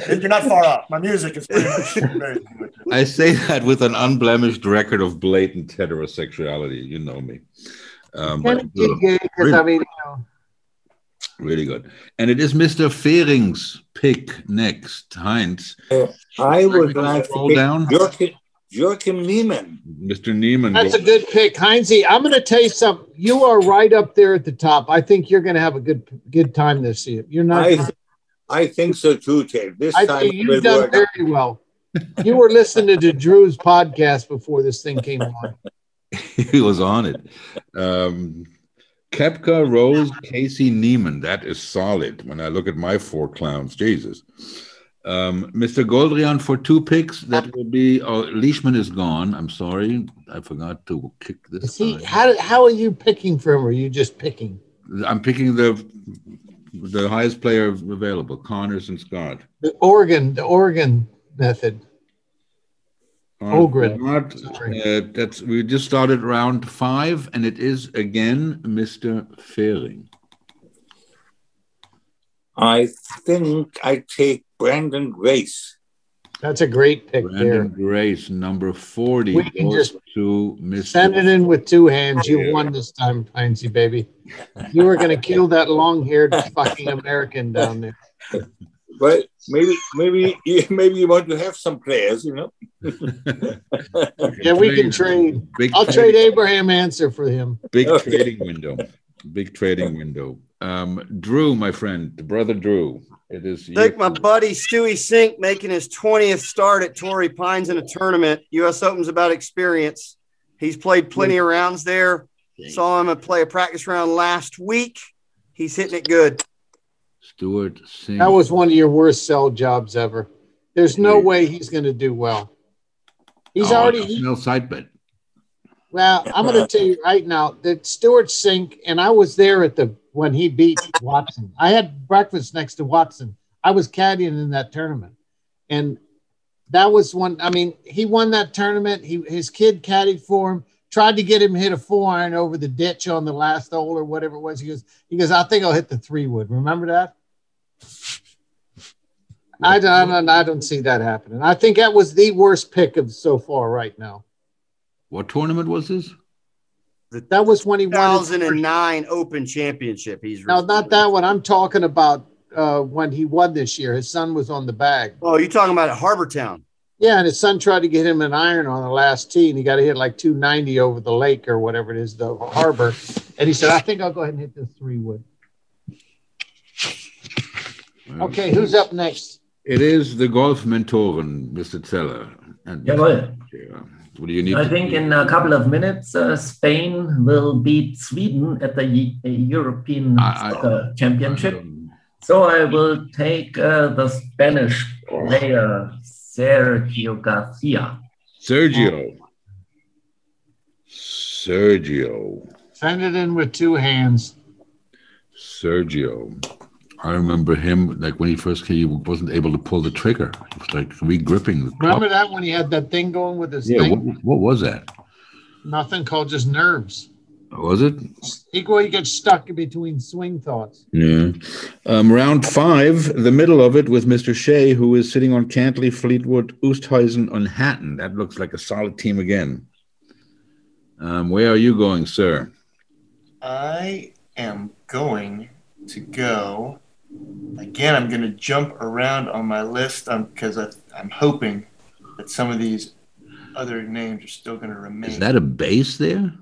You're not far off. My music is pretty much very good.
[LAUGHS] I say that with an unblemished record of blatant heterosexuality. You know me. Um, but
Kenny G. gay, 'cause, I mean, you know,
really good. And it is Mr. Fairing's pick next, Heinz.
I would like to
Scroll
pick
down.
Jockey, Joachim Neiman.
Mr. Neiman.
That's a good pick, Heinze. I'm going to tell you something. You are right up there at the top. I think you're going to have a good good time this year. You're not.
I, th- I think so too, Ted. This
I
time
think
it will
you've done
work. out.
very well. You were listening to Drew's podcast before this thing came on.
[LAUGHS] he was on it. Um, Kepka, Rose, Casey, Neiman. That is solid. When I look at my four clowns, Jesus. Um, Mr. Goldrian for two picks. That will be. Oh, Leishman is gone. I'm sorry. I forgot to kick this.
Is he,
side.
how, how are you picking from? him, Or are you just picking?
I'm picking the the highest player available, Connors and Scott.
The Oregon, the Oregon method. Ogren.
Scott,
Sorry.
uh, that's we just started round five, and it is again Mr. Fairing.
I think I take Brandon Grace.
That's a great pick
Brandon Grace, number forty,
We can
goes
just
to
there. Send it
Mr.
in with two hands. You won this time, Heinze, baby. You were going to kill that long-haired fucking American down there.
Well, maybe, maybe, [LAUGHS] you- maybe you want to have some players, you know.
Yeah, we can trade.
Big
I'll
trading-
trade Abraham Answer for him.
Big
Okay.
trading window. Big trading window. Um, Drew, my friend, brother Drew. It is
Take
your-
my buddy Stewie Sink making his 20th start at Torrey Pines in a tournament. U.S. Open's about experience. He's played plenty of rounds there. Saw him play a practice round last week. He's hitting it good.
Stuart Singh.
That was one of your worst sell jobs ever. There's no way he's going to do well. He's
Oh,
already
I smell side bet.
Well, I'm going to tell you right now that Stewart Sink and I was there at the when he beat Watson. I had breakfast next to Watson. I was caddying in that tournament, and that was one. I mean, he won that tournament. He his kid caddied for him. Tried to get him to hit a four iron over the ditch on the last hole or whatever it was. He goes, he goes. I think I'll hit the three wood. Remember that? I don't, I don't. I don't see that happening. I think that was the worst pick of so far right now.
What tournament was this?
That was when he won. his first
2009 Open Championship. He's
No, not that one. I'm talking about uh, when he won this year. His son was on the bag.
Oh, you're talking about at Harbortown.
Yeah, and his son tried to get him an iron on the last tee, and he got hit like 290 over the lake or whatever it is, the harbor. And he said, I think I'll go ahead and hit this three wood. Okay, who's up next?
It is the golf mentoren, Mr. Zeller. And
Jawohl.
Yeah. What do you need?
I
to
think
do?
in a couple of minutes, uh, Spain will beat Sweden at the E- European
I- I-
Soccer Championship. So I will take uh, the Spanish player Sergio Garcia.
Sergio. Sergio.
Send it in with two hands.
Sergio. I remember him like when he first came, he wasn't able to pull the trigger. He was like re gripping the club.
Remember that when he had that thing going with his
Yeah,
thing?
what, what was that?
Nothing called just nerves.
Was it?
Equal, he gets stuck between swing thoughts.
Yeah. Um, round five, the middle of it with Mr. Shea, who is sitting on Cantley, Fleetwood, Oosthuizen, and Hatton. That looks like a solid team again. Um, where are you going, sir?
I am going to go again. I'm going to jump around on my list because I'm hoping that some of these other names are still going to remain.
Is that a base there?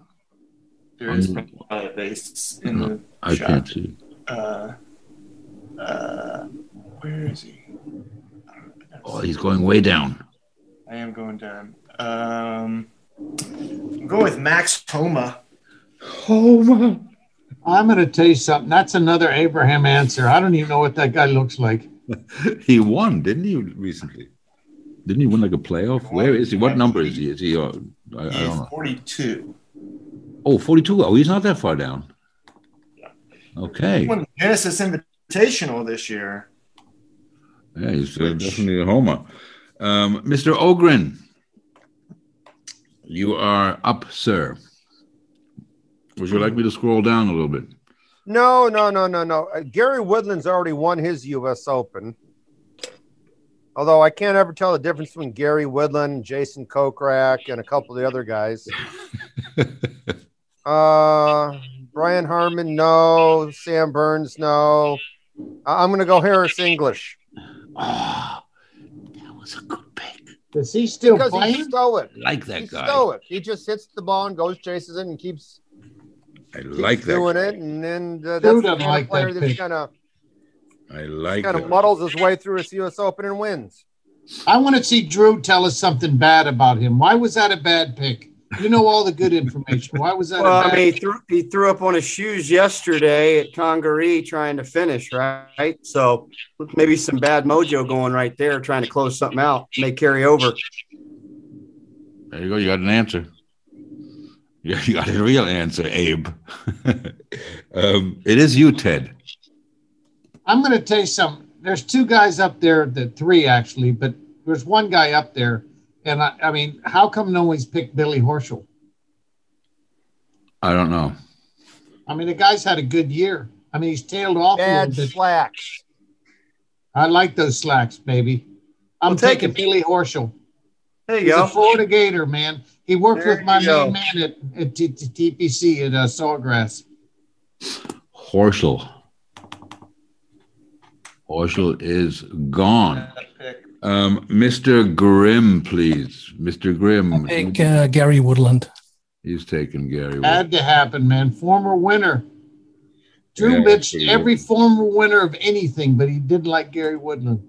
there is
Mm-hmm.
probably a base in the
I
shot.
can't see.
Uh, uh, where is he?
Oh, he's going way down.
I am going down. Um, I'm going with Max Homa.
I'm going to tell you something. That's another Abraham answer. I don't even know what that guy looks like.
[LAUGHS] He won, didn't he, recently? Didn't he win like a playoff? Where is he? What number is he? Is he? Uh, I, I
He
don't
is
know.
42.
Oh, 42. Oh, he's not that far down.
He
Okay.
won the Genesis Invitational this year.
Yeah, he's uh, definitely a homer. Um, Mr. Ogren, you are up, sir. Would you like me to scroll down a little bit?
No, no, no, no, no. Uh, Gary Woodland's already won his U.S. Open. Although I can't ever tell the difference between Gary Woodland, Jason Kokrak, and a couple of the other
[LAUGHS]
guys. uh, Brian Harmon, no. Sam Burns, no. I- I'm going to go Harris English.
Oh, that was a good pick.
Is he still
because he
playing?
stole it.
like
He
that guy.
stole it. He just hits the ball and goes chases it and keeps,
I
keeps
like
doing
that.
it. And then uh, that's the
Who doesn't
kind of
like
player
that
that's
pick?
kind of
I like
kind of
that.
muddles his way through his U.S. Open and wins.
I want to see Drew tell us something bad about him. Why was that a bad pick? You know all the good information. Why was that
Well,
a
I
bad
mean, he threw, he threw up on his shoes yesterday at Congaree trying to finish, right? So maybe some bad mojo going right there, trying to close something out, may carry over.
There you go. You got an answer. You you got a real answer, Abe. [LAUGHS] um, it is you, Ted.
I'm going to tell you something. There's two guys up there, the three actually, but there's one guy up there, and I, I mean, how come no one's picked Billy Horschel?
I don't know.
I mean, the guy's had a good year. I mean, he's tailed off a
Bad
little bit.
slacks.
I like those slacks, baby. I'm
We'll take
taking
him.
Billy Horschel.
There you
He's a
go.
Florida Gator, man. He worked
There
with my
you go.
main man at, at T- T- TPC at uh, Sawgrass.
Horschel. Horschel is gone.
That pick.
Um, Mr. Grimm, please. Mr. Grimm.
Take uh, Gary Woodland.
He's taken Gary.
Had to happen, man. Former winner. Drew
Yeah,
bitched
pretty
every former winner of anything, but he didn't like Gary Woodland,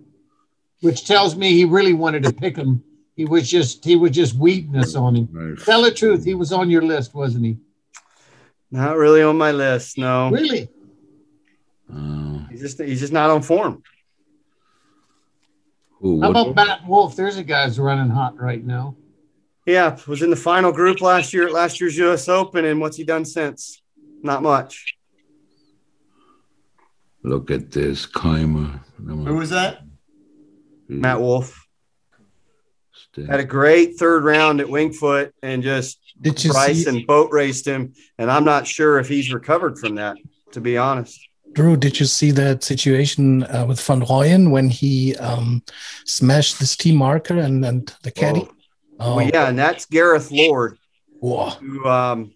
which tells me he really wanted to pick him. He was just he was just weeding us on him.
Woodland.
Tell the truth, he was on your list, wasn't he?
Not really on my list. No,
Really?
Uh,
he's just he's just not on form.
who,
How
Woodland?
about Matt Wolf? There's a guy who's running hot right now.
Yeah, was in the final group last year at last year's U.S. Open, and what's he done since? Not much.
Look at this. Keimer.
Who was that?
Matt Wolf had a great third round at Wingfoot, and just
Did you see
Bryson boat raced him, and I'm not sure if he's recovered from that. To be honest,
Drew? Did you see that situation uh, with Van Royen when he um, smashed this team marker and, and the caddy? Oh,
well, yeah, and that's Gareth Lord.
Whoa.
who um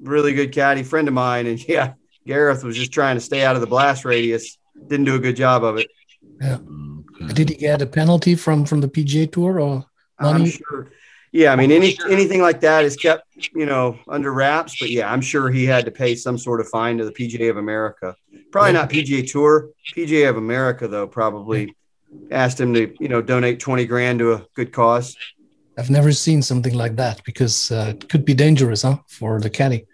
really good caddy friend of mine and [LAUGHS] yeah gareth was just trying to stay out of the blast radius didn't do a good job of it
Okay.
Did he get a penalty from from the PGA Tour or
i'm
Money?
sure yeah i mean any
Sure.
anything like that is kept you know under wraps but yeah i'm sure he had to pay some sort of fine to the pga of america probably not pga tour pga of america though probably asked him to you know donate 20 grand to a good cause
I've never seen something like that because uh, it could be dangerous, huh, for the caddy.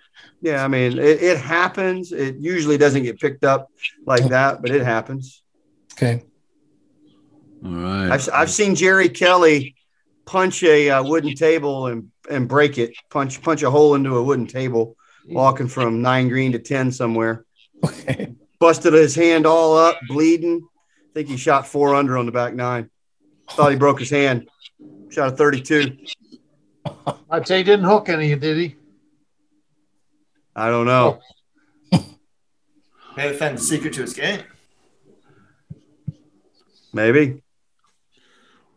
yeah i mean it, it happens it usually doesn't get picked up like that but it happens
Okay. [LAUGHS]
All right.
I've, I've seen Jerry Kelly punch a uh, wooden table and, and break it, punch punch a hole into a wooden table, walking from nine green to ten somewhere.
Okay.
Busted his hand all up, bleeding. I think he shot four under on the back nine. Thought he broke his hand. Shot a 32.
I tell you, he didn't hook any, did he?
I don't know.
Mm-hmm.
May have found the secret to his game.
Maybe.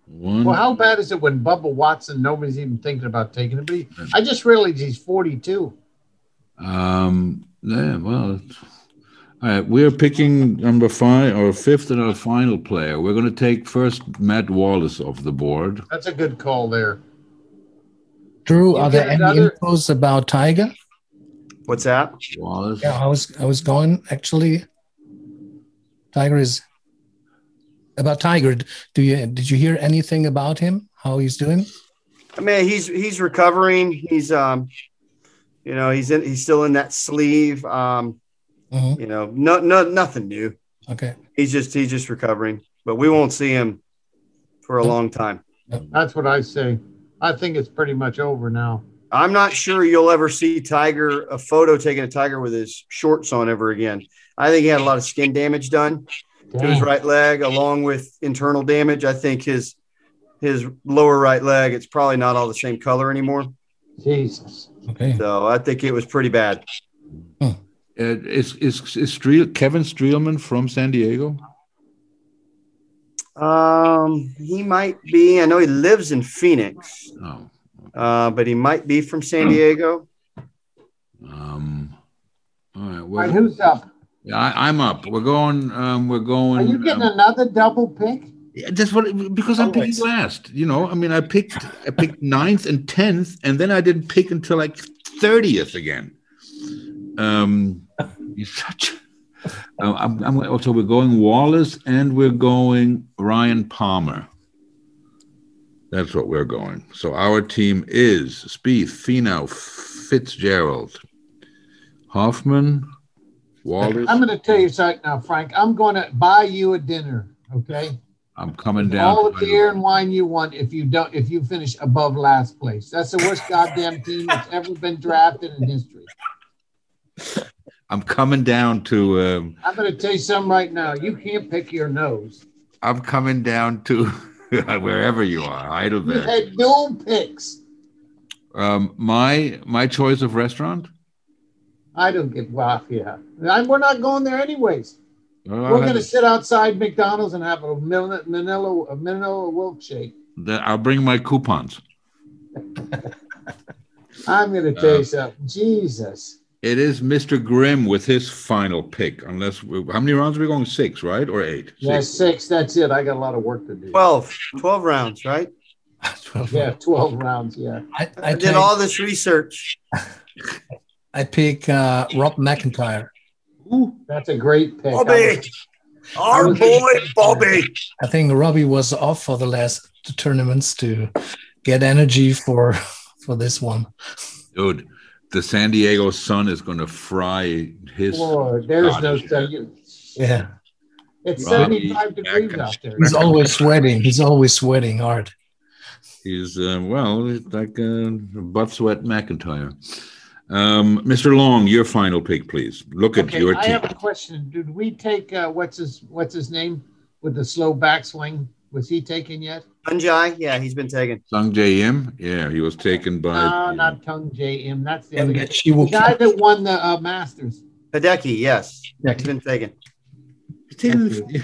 One.
Well, how bad is it when Bubba Watson, nobody's even thinking about taking him? But he, I just realized he's 42.
Um, yeah, well, it's- all right. We're picking number five or fifth and our final player. We're going to take first Matt Wallace off the board.
That's a good call there.
Drew,
You
are there
get
any
another-
infos about Tiger?
What's that?
Wallace.
Yeah, I was I was going actually. Tiger is about Tiger. Do you did you hear anything about him? How he's doing?
I mean, he's he's recovering. He's um, you know, he's in he's still in that sleeve. Um,
Mhm.
you know, no no nothing new.
Okay.
He's just he's just recovering, but we won't see him for a long time.
That's what I say. I think it's pretty much over now.
I'm not sure you'll ever see Tiger a photo taking a Tiger with his shorts on ever again. I think he had a lot of skin damage done to his
Damn.
right leg, along with internal damage. I think his his lower right leg it's probably not all the same color anymore.
Jesus.
Okay. [LAUGHS]
So I think it was pretty bad.
Uh, is is is Strel, Kevin Streelman from San Diego?
Um, he might be. I know he lives in Phoenix,
No.
uh, but he might be from San Diego.
Um, all right.
All right,
Well,
who's up?
yeah, I, I'm up. We're going. Um, we're going.
Are you getting
um,
another double pick?
Yeah, That's what because I'm picking
Always.
last. You know, I mean, I picked I picked ninth and tenth, and then I didn't pick until like thirtieth again. Um, you're such. Uh, I'm, I'm, so we're going Wallace and we're going Ryan Palmer. That's what we're going. So our team is Spieth, Finau, Fitzgerald, Hoffman, Wallace.
I'm going to tell you something now, Frank. I'm going to buy you a dinner. Okay.
I'm coming down.
All
to
the
my-
beer and wine you want if you don't if you finish above last place. That's the worst goddamn team that's ever been drafted in history.
I'm coming down to. Um,
I'm going to tell you something right now. You can't pick your nose.
I'm coming down to [LAUGHS] wherever you are,
You
Heidelberg.
had dual picks.
Um, my my choice of restaurant.
I don't get off yeah. I, we're not going there anyways.
Well, I'll
We're
have-
going to sit outside McDonald's and have a manila, manila, a manila milkshake.
the- I'll bring my coupons.
I'm going to tell you something. Jesus.
It is Mr. Grimm with his final pick. Unless we, how many rounds are we going? Six, right, or eight?
Yeah, six. That's it. I got a lot of work to do.
12, 12 rounds, right?
12.
yeah, 12 rounds. Yeah.
I, I,
I did
take-
all this research.
I pick uh, Rob McIntyre.
That's a great pick.
Bobby,
I
our
was-
boy Bobby.
I think Robbie was off for the last two tournaments to get energy for [LAUGHS] for this one.
Dude, the San Diego Sun is going to fry his.
Lord, there's
God,
no
yeah.
tell you.
Yeah,
It's
Robbie
75 degrees
Atkins.
out there.
he's always sweating. He's always sweating hard.
He's uh, well, it's like uh, butt sweat McIntyre. Um, Mr. Long, your final pick, please. Look at
Okay,
your
I
team.
have a question. Did we take uh, what's his what's his name with the slow backswing? Was he taken yet?
Punjai, yeah, he's been taken.
Sung J M. Yeah, he was taken by.
No, not Tung J M. That's the other
And
guy.
that she
The
will
guy that won the uh, Masters.
Hideki, yes, he's
Hideki.
been taken.
Taken-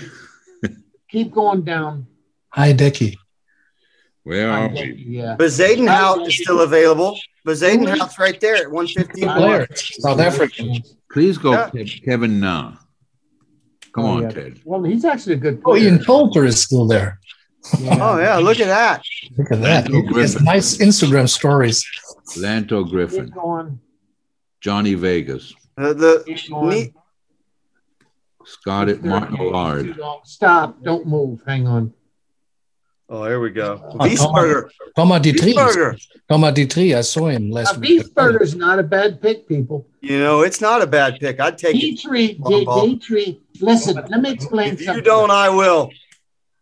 Keep going down.
Hi, Decky.
Oh,
Where are we?
Yeah.
But Zadenhout is still available. But Zadenhout's right there at 115.
I
to one.
Blair, South African.
Please go,
Yeah.
Kev- Kevin Na. Come
Oh,
on,
yeah.
Ted.
Well, he's actually a good
Oh,
player.
Ian Poulter is still there.
Oh, yeah, look at that.
Look at that.
Andrew
He has
Griffin.
nice Instagram stories.
Lanto Griffin,
Keep going.
Johnny Vegas,
Uh, the ne-
Keep going.
Scott at Martin
Too
Lard,
long. Stop. Don't move. Hang on.
Oh, here we go.
Oh,
Wiesberger.
Thomas Dietrich.
Wiesberger.
Thomas Dietrich. I saw him last
A
week.
beef burger is not a bad pick, people.
You know, it's not a bad pick. I'd take it.
Dietrich,
Long ball.
Dietrich. Listen, let me explain
If
something.
you don't, I will.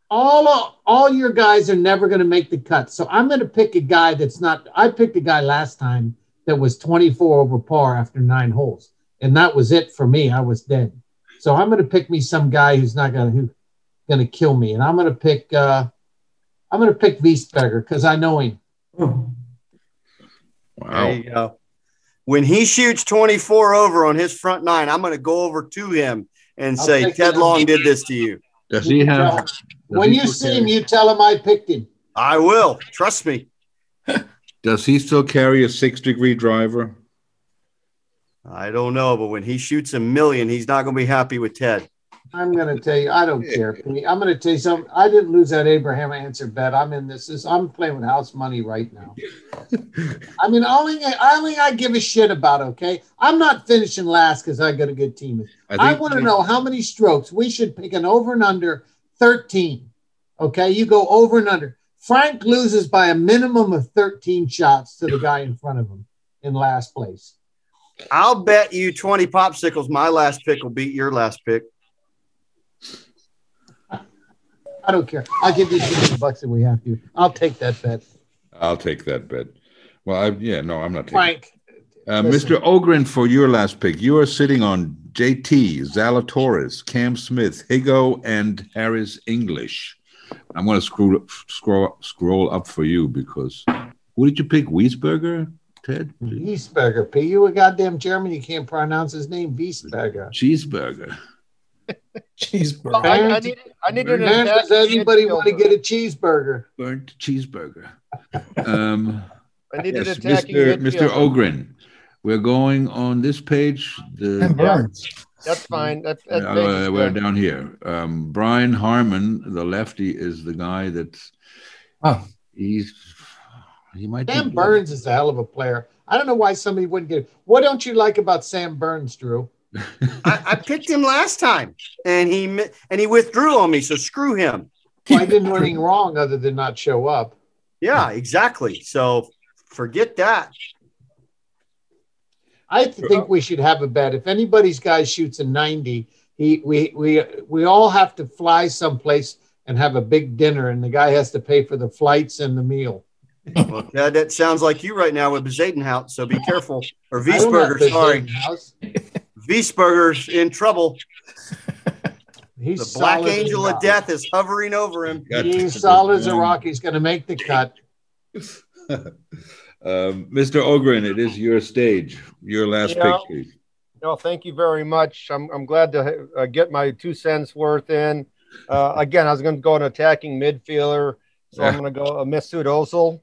all all your guys are never going to make the cut. So I'm going to pick a guy that's not. I picked a guy last time that was 24 over par after nine holes, and that was it for me. I was dead. So I'm going to pick me some guy who's not going to who going to kill me, and I'm going to pick. uh I'm going to pick Wiesberger because I know him.
Oh,
There
wow,
you go. When he shoots 24 over on his front nine, I'm going to go over to him and
I'll
say,
take
Ted
that.
Long did this to you.
does he have? does
When
he
you
still
see
carry-
him, you tell him I picked him.
I will. Trust me.
does he still carry a six-degree driver?
I don't know, but when he shoots a million, he's not going to be happy with Ted.
I'm going to tell you, I don't care. I'm going to tell you something. I didn't lose that Abraham answer bet. I'm in this. this I'm playing with house money right now. I mean, only only I give a shit about. Okay, I'm not finishing last because I got a good team. I, want to know how many strokes we should pick an over and under 13. Okay, you go over and under. Frank loses by a minimum of 13 shots to the guy in front of him in last place.
I'll bet you 20 popsicles my last pick will beat your last pick.
I don't care. I'll give you 50 bucks if we have to. I'll take that bet,
I'll take that bet. Well, I, yeah, no, I'm not taking.
Frank.
Uh,
Listen.
Mr. Ogren, for your last pick, you are sitting on JT, Zalatoris, Cam Smith, Higo, and Harris English. I'm going to scroll, scroll, scroll up for you because who did you pick? Wiesberger, Ted?
Wiesberger, P. Mm-hmm. You a goddamn German. You can't pronounce his name. Wiesberger.
Cheeseburger.
Oh,
Well,
Cheeseburger.
I, I need, I need an
Man,
attack
does anybody want to
midfielder.
get a cheeseburger?
Burnt cheeseburger. Um,
I need
yes,
an attacking
Mr. Mr.
midfielder.
Ogren, We're going on this page. The,
And Burns.
That's fine. That,
Yeah,
that
uh, we're
good.
down here. Um, Brian Harmon, the lefty, is the guy that's.
Oh.
He's. He might. be
Sam
good.
Burns is a hell of a player. I don't know why somebody wouldn't get it. What don't you like about Sam Burns, Drew?
I, I picked him last time, and he mi- and he withdrew on me. So screw him.
Well, I didn't
[COUGHS]
do anything wrong other than not show up.
Yeah, exactly. So forget that.
I th- think we should have a bet. If anybody's guy shoots a 90, he we we we all have to fly someplace and have a big dinner, and the guy has to pay for the flights and the meal.
Well, yeah, that sounds like you right now with Bezadenhout. So be careful. Or
I don't have
Wiesberger,
the
sorry,
Hayden House.
Wiesberger's in trouble.
He's
The Black
solid as
Angel
a
of
rock.
Death is hovering over him.
Got Um,
He's
the
solid as a
wrong-
rock. He's going to make the cut.
Um, Mr. Ogren, it is your stage. Your last
Yeah.
pick, please.
No, thank you very much. I'm, I'm glad to uh, get my two cents worth in. Uh, again, I was going to go an attacking midfielder, so I'm
Yeah.
going to go uh, Mesut Ozil,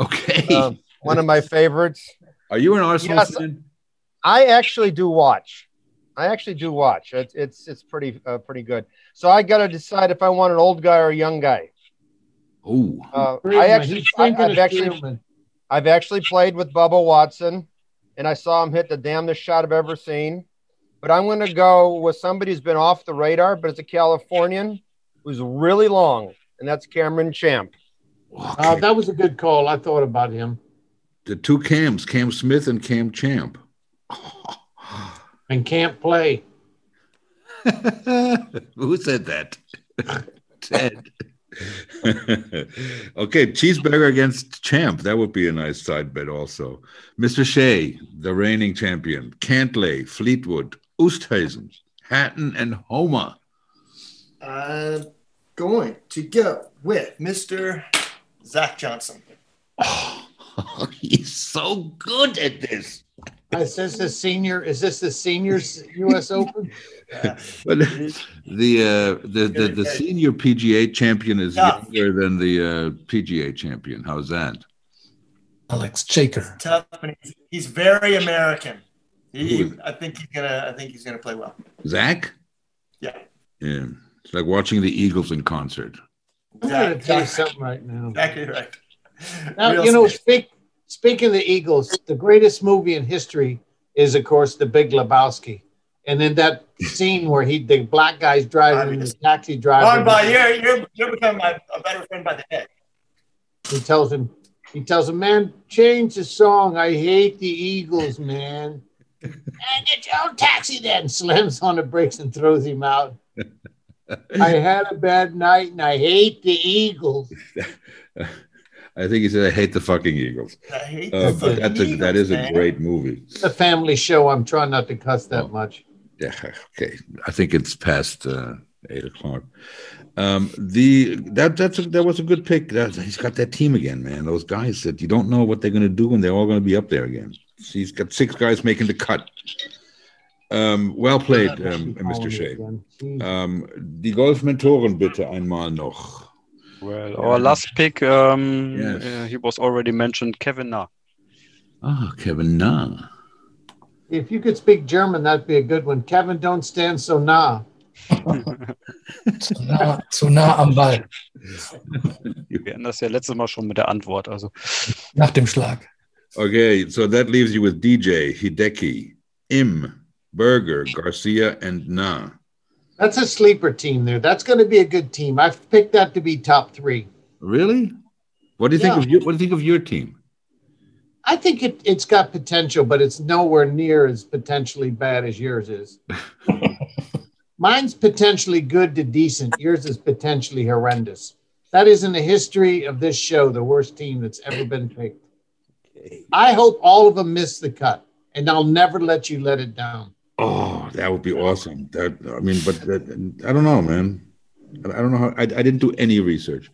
Okay.
Uh,
um, one of my favorites.
Are you an Arsenal
yes.
fan?
I actually do watch. I actually do watch. It's it's it's pretty uh, pretty good. So I got to decide if I want an old guy or a young guy.
Oh,
Uh, I
Friedman,
actually
he's
I,
thinking
have
of
actually
Friedman.
I've actually played with Bubba Watson, and I saw him hit the damnedest shot I've ever seen. But I'm going to go with somebody who's been off the radar, but is a Californian who's really long, and that's Cameron Champ.
okay.
Uh, that was a good call. I thought about him.
the two Cams, Cam Smith and Cam Champ.
Oh, And can't play.
[LAUGHS] Who said that? Ted. [LAUGHS] okay, cheeseburger against champ. That would be a nice side bet, also. Mr. Shea, the reigning champion. Cantley, Fleetwood, Oosthuizen, Hatton, and Homer.
I'm uh, going to go with Mr. Zach Johnson.
Oh, [LAUGHS] he's so good at this.
Is this the senior? Is this the seniors [LAUGHS] U.S. Open?
Uh,
[LAUGHS] But the uh, the, the the senior PGA champion is
Yeah.
younger than the uh, PGA champion. How's that?
Alex Jaker.
tough, but he's- he's very American. He,
Ooh.
I think he's gonna. I think he's gonna play well.
Zach?
Yeah.
Yeah. It's like watching the Eagles in concert. [LAUGHS]
I'm going to tell you
Exactly, [LAUGHS]
something right now.
exactly right.
Now,
Real
you know,
smash.
speak, speaking of the Eagles, the greatest movie in history is, of course, The Big Lebowski. And then that scene where he, the black guy's driving the
Obvious.
taxi driver,
Ron, by you're you're you're becoming my, a better friend by the day.
he tells him, he tells him, man, change the song. I hate the Eagles, man. and get your own taxi then. [LAUGHS] Slams on the brakes and throws him out. I had a bad night and I hate the Eagles.
I think he said, I hate the fucking Eagles.
I hate
Uh,
[LAUGHS] the
but
fucking
that's a, that is a
Eagles,
great movie.
It's a family show. I'm trying not to cuss that much.
Yeah, okay. I think it's past uh, eight o'clock. Um, the that that's a, that was a good pick. That, he's got that team again, man. Those guys that you don't know what they're going to do, and they're all going to be up there again. He's got six guys making the cut. Um, well played, um, Mr. Shea. Ähm, die Golfmentoren bitte einmal noch.
Well, our last pick, um,
Yes.
uh, he was already mentioned, Kevin Na.
Ah, Kevin Na.
If you could speak German, that'd be a good one. Kevin, don't stand so nah.
So nah, so nah am Ball,
Wir hatten das ja letztes Mal schon mit der Antwort. Also
nach dem Schlag.
Okay, so that leaves you with DJ, Hideki, Im, Berger, Garcia, and Na.
That's a sleeper team there. That's going to be a good team. I've picked that to be top three.
Really? What do you
Yeah.
think of your, what do you think of your team?
I think it, it's got potential, but it's nowhere near as potentially bad as yours is. Mine's potentially good to decent. Yours is potentially horrendous. That is in the history of this show the worst team that's ever been picked. I hope all of them miss the cut, and I'll never let you let it down.
Oh, that would be awesome. That I mean, but that, I don't know, man. I I don't know how I, I didn't do any research.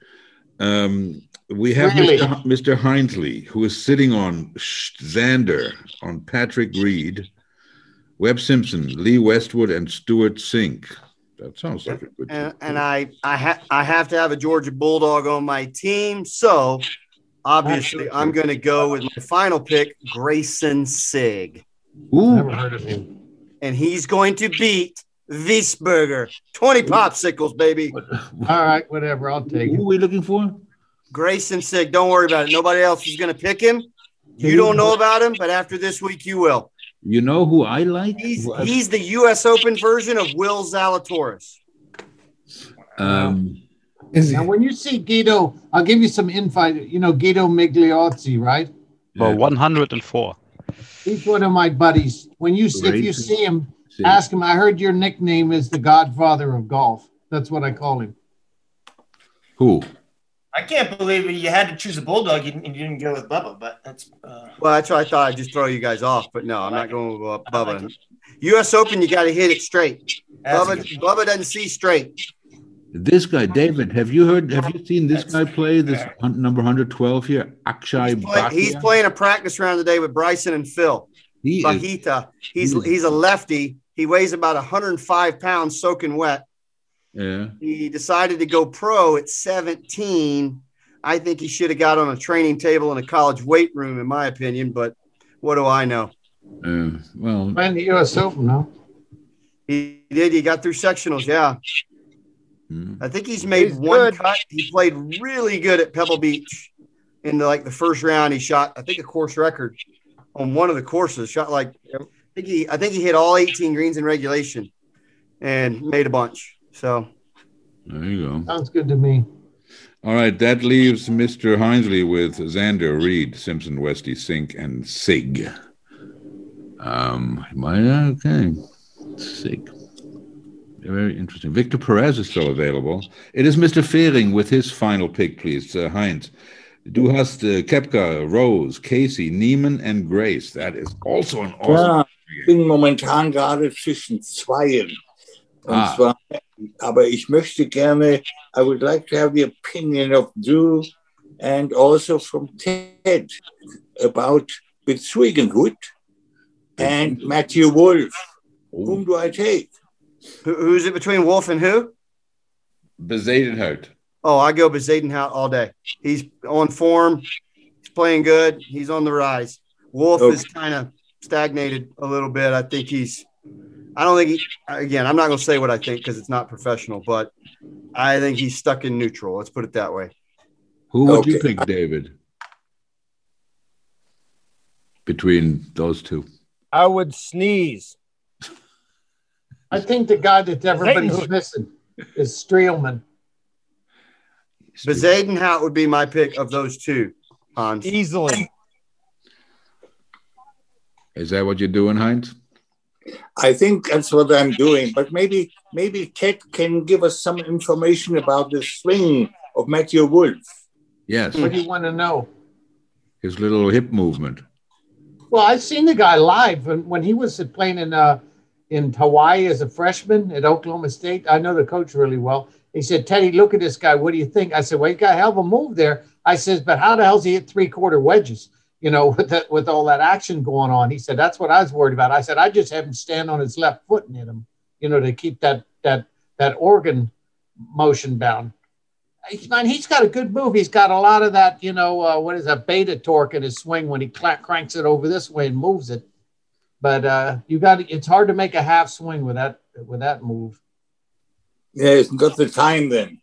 Um, we have
Really?
Mr. H- Mr. Hindley, who is sitting on Sh- Xander, on Patrick Reed, Webb Simpson, Lee Westwood, and Stuart Sink. That sounds like a good
And,
team.
and I I ha- I have to have a Georgia Bulldog on my team, so Obviously, I'm going to go with my final pick, Grayson Sig.
Never heard of him.
And he's going to beat Wiesberger. 20 popsicles, baby.
All right, whatever. I'll take
Who
it.
are we looking for?
Grayson Sig. Don't worry about it. Nobody else is going to pick him. You don't know about him, but after this week, you will.
You know who I like?
He's,
Who I-
he's the U.S. Open version of Will Zalatoris.
um,
Is he?
Now, when you see Guido, I'll give you some info. You know Guido Migliozzi, right?
Well,
Yeah.
104.
He's one of my buddies. When you see, if you
Great.
see him,
see.
ask him. I heard your nickname is the Godfather of golf. That's what I call him.
Who?
I can't believe you had to choose a bulldog and and you didn't go with Bubba, but that's uh,
Well, that's what I thought. I'd just throw you guys off, but no, I'm not going with Bu- Bubba. U.S. Open, you got to hit it straight.
that's
Bubba,
a good one.
Bubba doesn't see straight.
This guy, David. Have you heard? Have you seen this guy play this hun- number 112 here? Akshay
He's, play- he's
Bhatia?
playing a practice round today with Bryson and Phil.
He is-
Bahita. He's he's a lefty. He weighs about 105 pounds, soaking wet.
yeah.
He decided to go pro at 17. I think he should have got on a training table in a college weight room, in my opinion. But what do I know?
Uh, well,
Playing the U.S. Open, no?
He did. He got through sectionals. Yeah,
mm,
I think he's made
He's
one
good.
cut. He played really good at Pebble Beach in the, like the first round. He shot, I think, a course record on one of the courses. Shot like I think he, I think he hit all 18 greens in regulation and made a bunch. So
there you go.
Sounds good to me.
All right, that leaves Mr. Hinesley with Xander, Reed, Simpson, Westy, Sink, and Sig. Um, my, okay, Sig. Very interesting. Victor Perez is still available. It is Mr. Fehring with his final pick, please, uh, Heinz. Du hast uh, Kepka, Rose, Casey, Neiman, and Grace. That is also an awesome.
Ja, ich bin momentan gerade zwischen zweien. Und
Ah.
zwar, aber ich möchte gerne, I would like to have the opinion of you and also from Ted about Bezwiegenhut and Matthew Wolf. Whom do I take?
who, who's it between Wolf and who?
Besedenheit.
Oh, I go Bezadenhout all day. He's on form. He's playing good. He's on the rise. Wolf
Okay.
is kind of stagnated a little bit. I think he's. I don't think he. Again, I'm not going to say what I think because it's not professional, but I think he's stuck in neutral. Let's put it that way.
Who would you
Okay.
pick, David? Between those two.
I would sneeze.
I think the guy that everybody's
Satan.
missing is Streelman.
Bezadenhout would be my pick of those two. Hans.
Easily.
Is that what you're doing, Heinz?
I think that's what I'm doing. But maybe, maybe Ted can give us some information about the swing of Matthew Wolf.
Yes,
What do you want to know?
his little hip movement.
Well, I've seen the guy live when, when he was playing in uh, in Hawaii as a freshman at Oklahoma State. I know the coach really well. He said, Teddy, look at this guy. What do you think? I said, Well, you got a hell of a move there. I says, but how the hell's he hit three quarter wedges? You know, [LAUGHS] with that with all that action going on. He said, That's what I was worried about. I said, I just have him stand on his left foot and hit him, you know, to keep that that that organ motion down. He- Man, he's got a good move. He's got a lot of that, you know, uh, what is that beta torque in his swing when he cla cranks it over this way and moves it. But uh, you got to it's hard to make a half swing with that with that move.
Yeah, he's got the time then.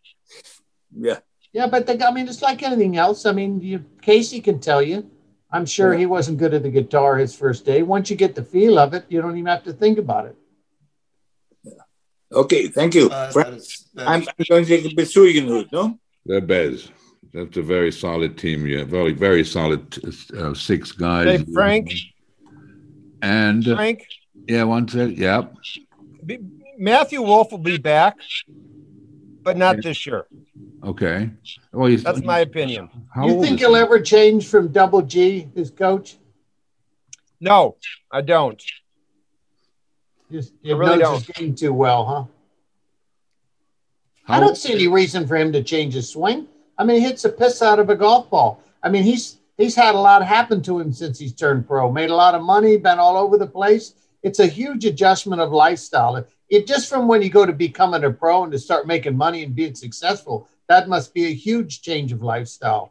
Yeah.
Yeah, but the, I mean, it's like anything else. I mean, you, Casey can tell you. I'm sure he wasn't good at the guitar his first day. Once you get the feel of it, you don't even have to think about it.
Okay, thank you.
Uh,
Frank,
that is, that
I'm
is-
I'm going to take Bezwiegenhut, no?
They're Bez. That's a very solid team. Yeah, very very solid uh, six guys.
Hey, Frank,
And uh,
Frank,
yeah, one sec. Yeah,
B- Matthew Wolf will be back, but not this year.
okay. Well, he's,
That's my opinion.
How
you
old
think
is
he'll
he?
ever change from Double G, his coach?
No, I don't.
Just you
I really
knows his game too well, huh? I
How-
don't see any reason for him to change his swing. I mean, he hits the piss out of a golf ball. I mean, he's he's had a lot happen to him since he's turned pro. Made a lot of money, been all over the place. It's a huge adjustment of lifestyle. It, it just from when you go to becoming a pro and to start making money and being successful, that must be a huge change of lifestyle.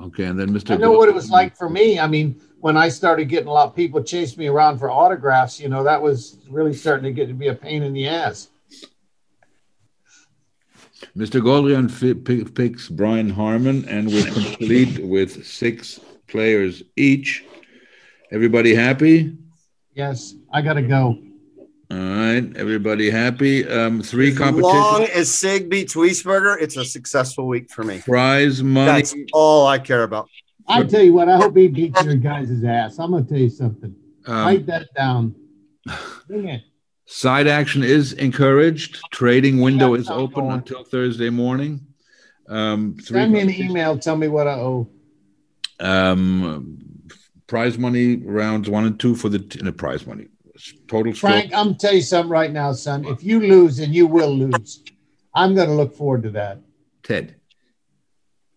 Okay, and then Mr.
I know what it was like for me. I mean, when I started getting a lot of people chase me around for autographs, you know, that was really starting to get to be a pain in the ass.
Mr. Goldrian fi- pi- picks Brian Harmon, and we complete with six players each. Everybody happy?
Yes, I gotta go.
All right, everybody happy. Um, three
As long
competitions,
as Sig beats Wiesberger, it's a successful week for me.
prize money.
That's all I care about.
I tell you what, I hope he beats your guys' ass. I'm gonna tell you something.
Um,
Write that
[SIGHS]
down. Dang it.
side action is encouraged. Trading window
That's
is
not
open
going.
until Thursday morning. Um, three
Send me an
competitions.
email. Tell me what I owe.
Um, prize money rounds one and two for the t- no, prize money total. stroke.
Frank, I'm gonna tell you something right now, son. If you lose, and you will lose, I'm gonna look forward to that.
Ted,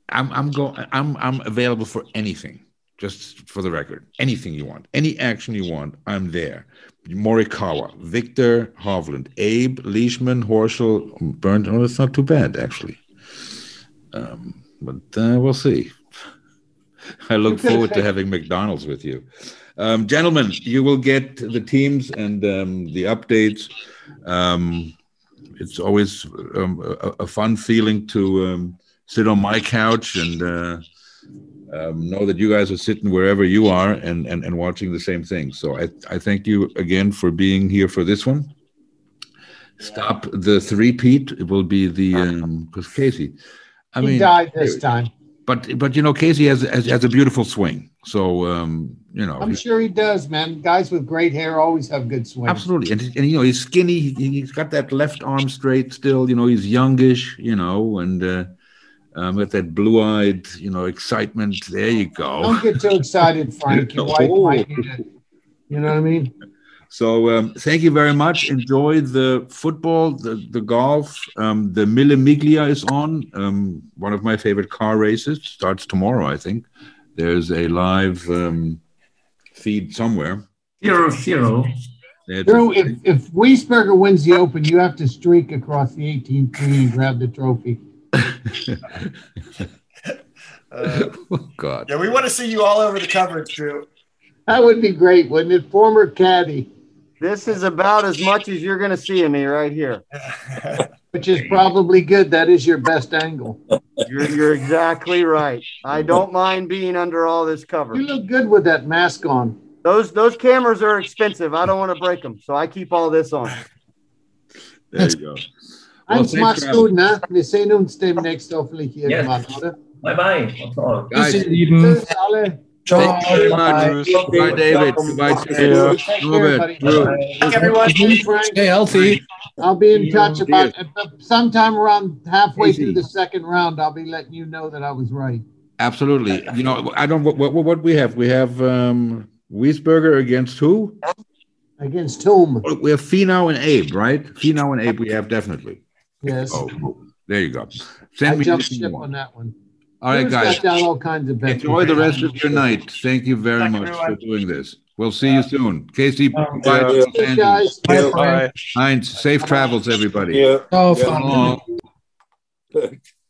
I'm I'm going. I'm I'm available for anything. Just for the record, anything you want, any action you want, I'm there. Morikawa, Victor Hovland, Abe Leishman, Horschel, Burns. Oh, that's not too bad actually. Um, but uh, we'll see. [LAUGHS] I look forward to having McDonald's with you, um, gentlemen. You will get the teams and um, the updates. Um, it's always um, a, a fun feeling to um, sit on my couch and uh, um, know that you guys are sitting wherever you are and, and, and watching the same thing. So I, I thank you again for being here for this one. Stop the three-peat. It will be the because Casey. I
he
mean,
died this time.
but but you know, Casey has has, has a beautiful swing. So um, you know,
I'm
he-
sure he does, man. Guys with great hair always have good swings.
Absolutely, and, and you know he's skinny. He, he's got that left arm straight still. You know he's youngish. You know, and uh, um, with that blue eyed, you know, excitement. There you go.
Don't get too excited, Frank. Your wife
Oh.
might need it. You know what I mean?
So um, thank you very much. Enjoy the football, the the golf. Um, the Mille Miglia is on. Um, one of my favorite car races starts tomorrow. I think there's a live um, feed somewhere.
Zero, zero.
It's a-
Drew, if, if Wiesberger wins the Open, you have to streak across the 18th green and grab the trophy.
Uh,
oh God.
yeah, we want to see you all over the coverage, Drew.
That would be great, wouldn't it? Former caddy,
This is about as much as you're going to see of me right here.
which is probably good. That is your best angle.
You're, you're exactly right. I don't mind being under all this cover.
You look good with that mask on.
Those those cameras are expensive. I don't want to break them, so I keep all this on.
There you go. Well,
I'm
safe
smart
travel.
student, huh? Wir sehen uns demnächst hoffentlich irgendwann, oder?
Bye bye. That's all.
Guys,
Tschüss, ihr Lieben.
Tschüss, alle.
Ciao.
Thank you very much.
Bye.
Goodbye, David. Goodbye, Cecil.
Take care,
Robert.
buddy.
Drew.
Thank everyone.
Frank.
Stay healthy.
I'll be in
You
touch
did.
about sometime around halfway
Easy.
through the second round. I'll be letting you know that I was right.
Absolutely. You know, I don't. What, what, what we have? We have um, Wiesberger against who?
Against whom?
We have Finau and Abe, right? Finau and Abe. We have definitely.
Yes.
Oh, there you go. Send
I
me
jumped
anything you
ship on
want.
that one.
All right,
Drew's
guys.
got down all kinds of bets.
Enjoy the rest of your night. Thank you very
Thank you,
much for
everyone.
doing this. We'll see you soon. Casey, goodbye to
Yeah.
Los
Um, Hey,
Angeles.
guys.
Yeah.
Bye.
Bye.
Heinz, safe travels, everybody.
Yeah.
Ciao,
Yeah.
Come along.
Frank.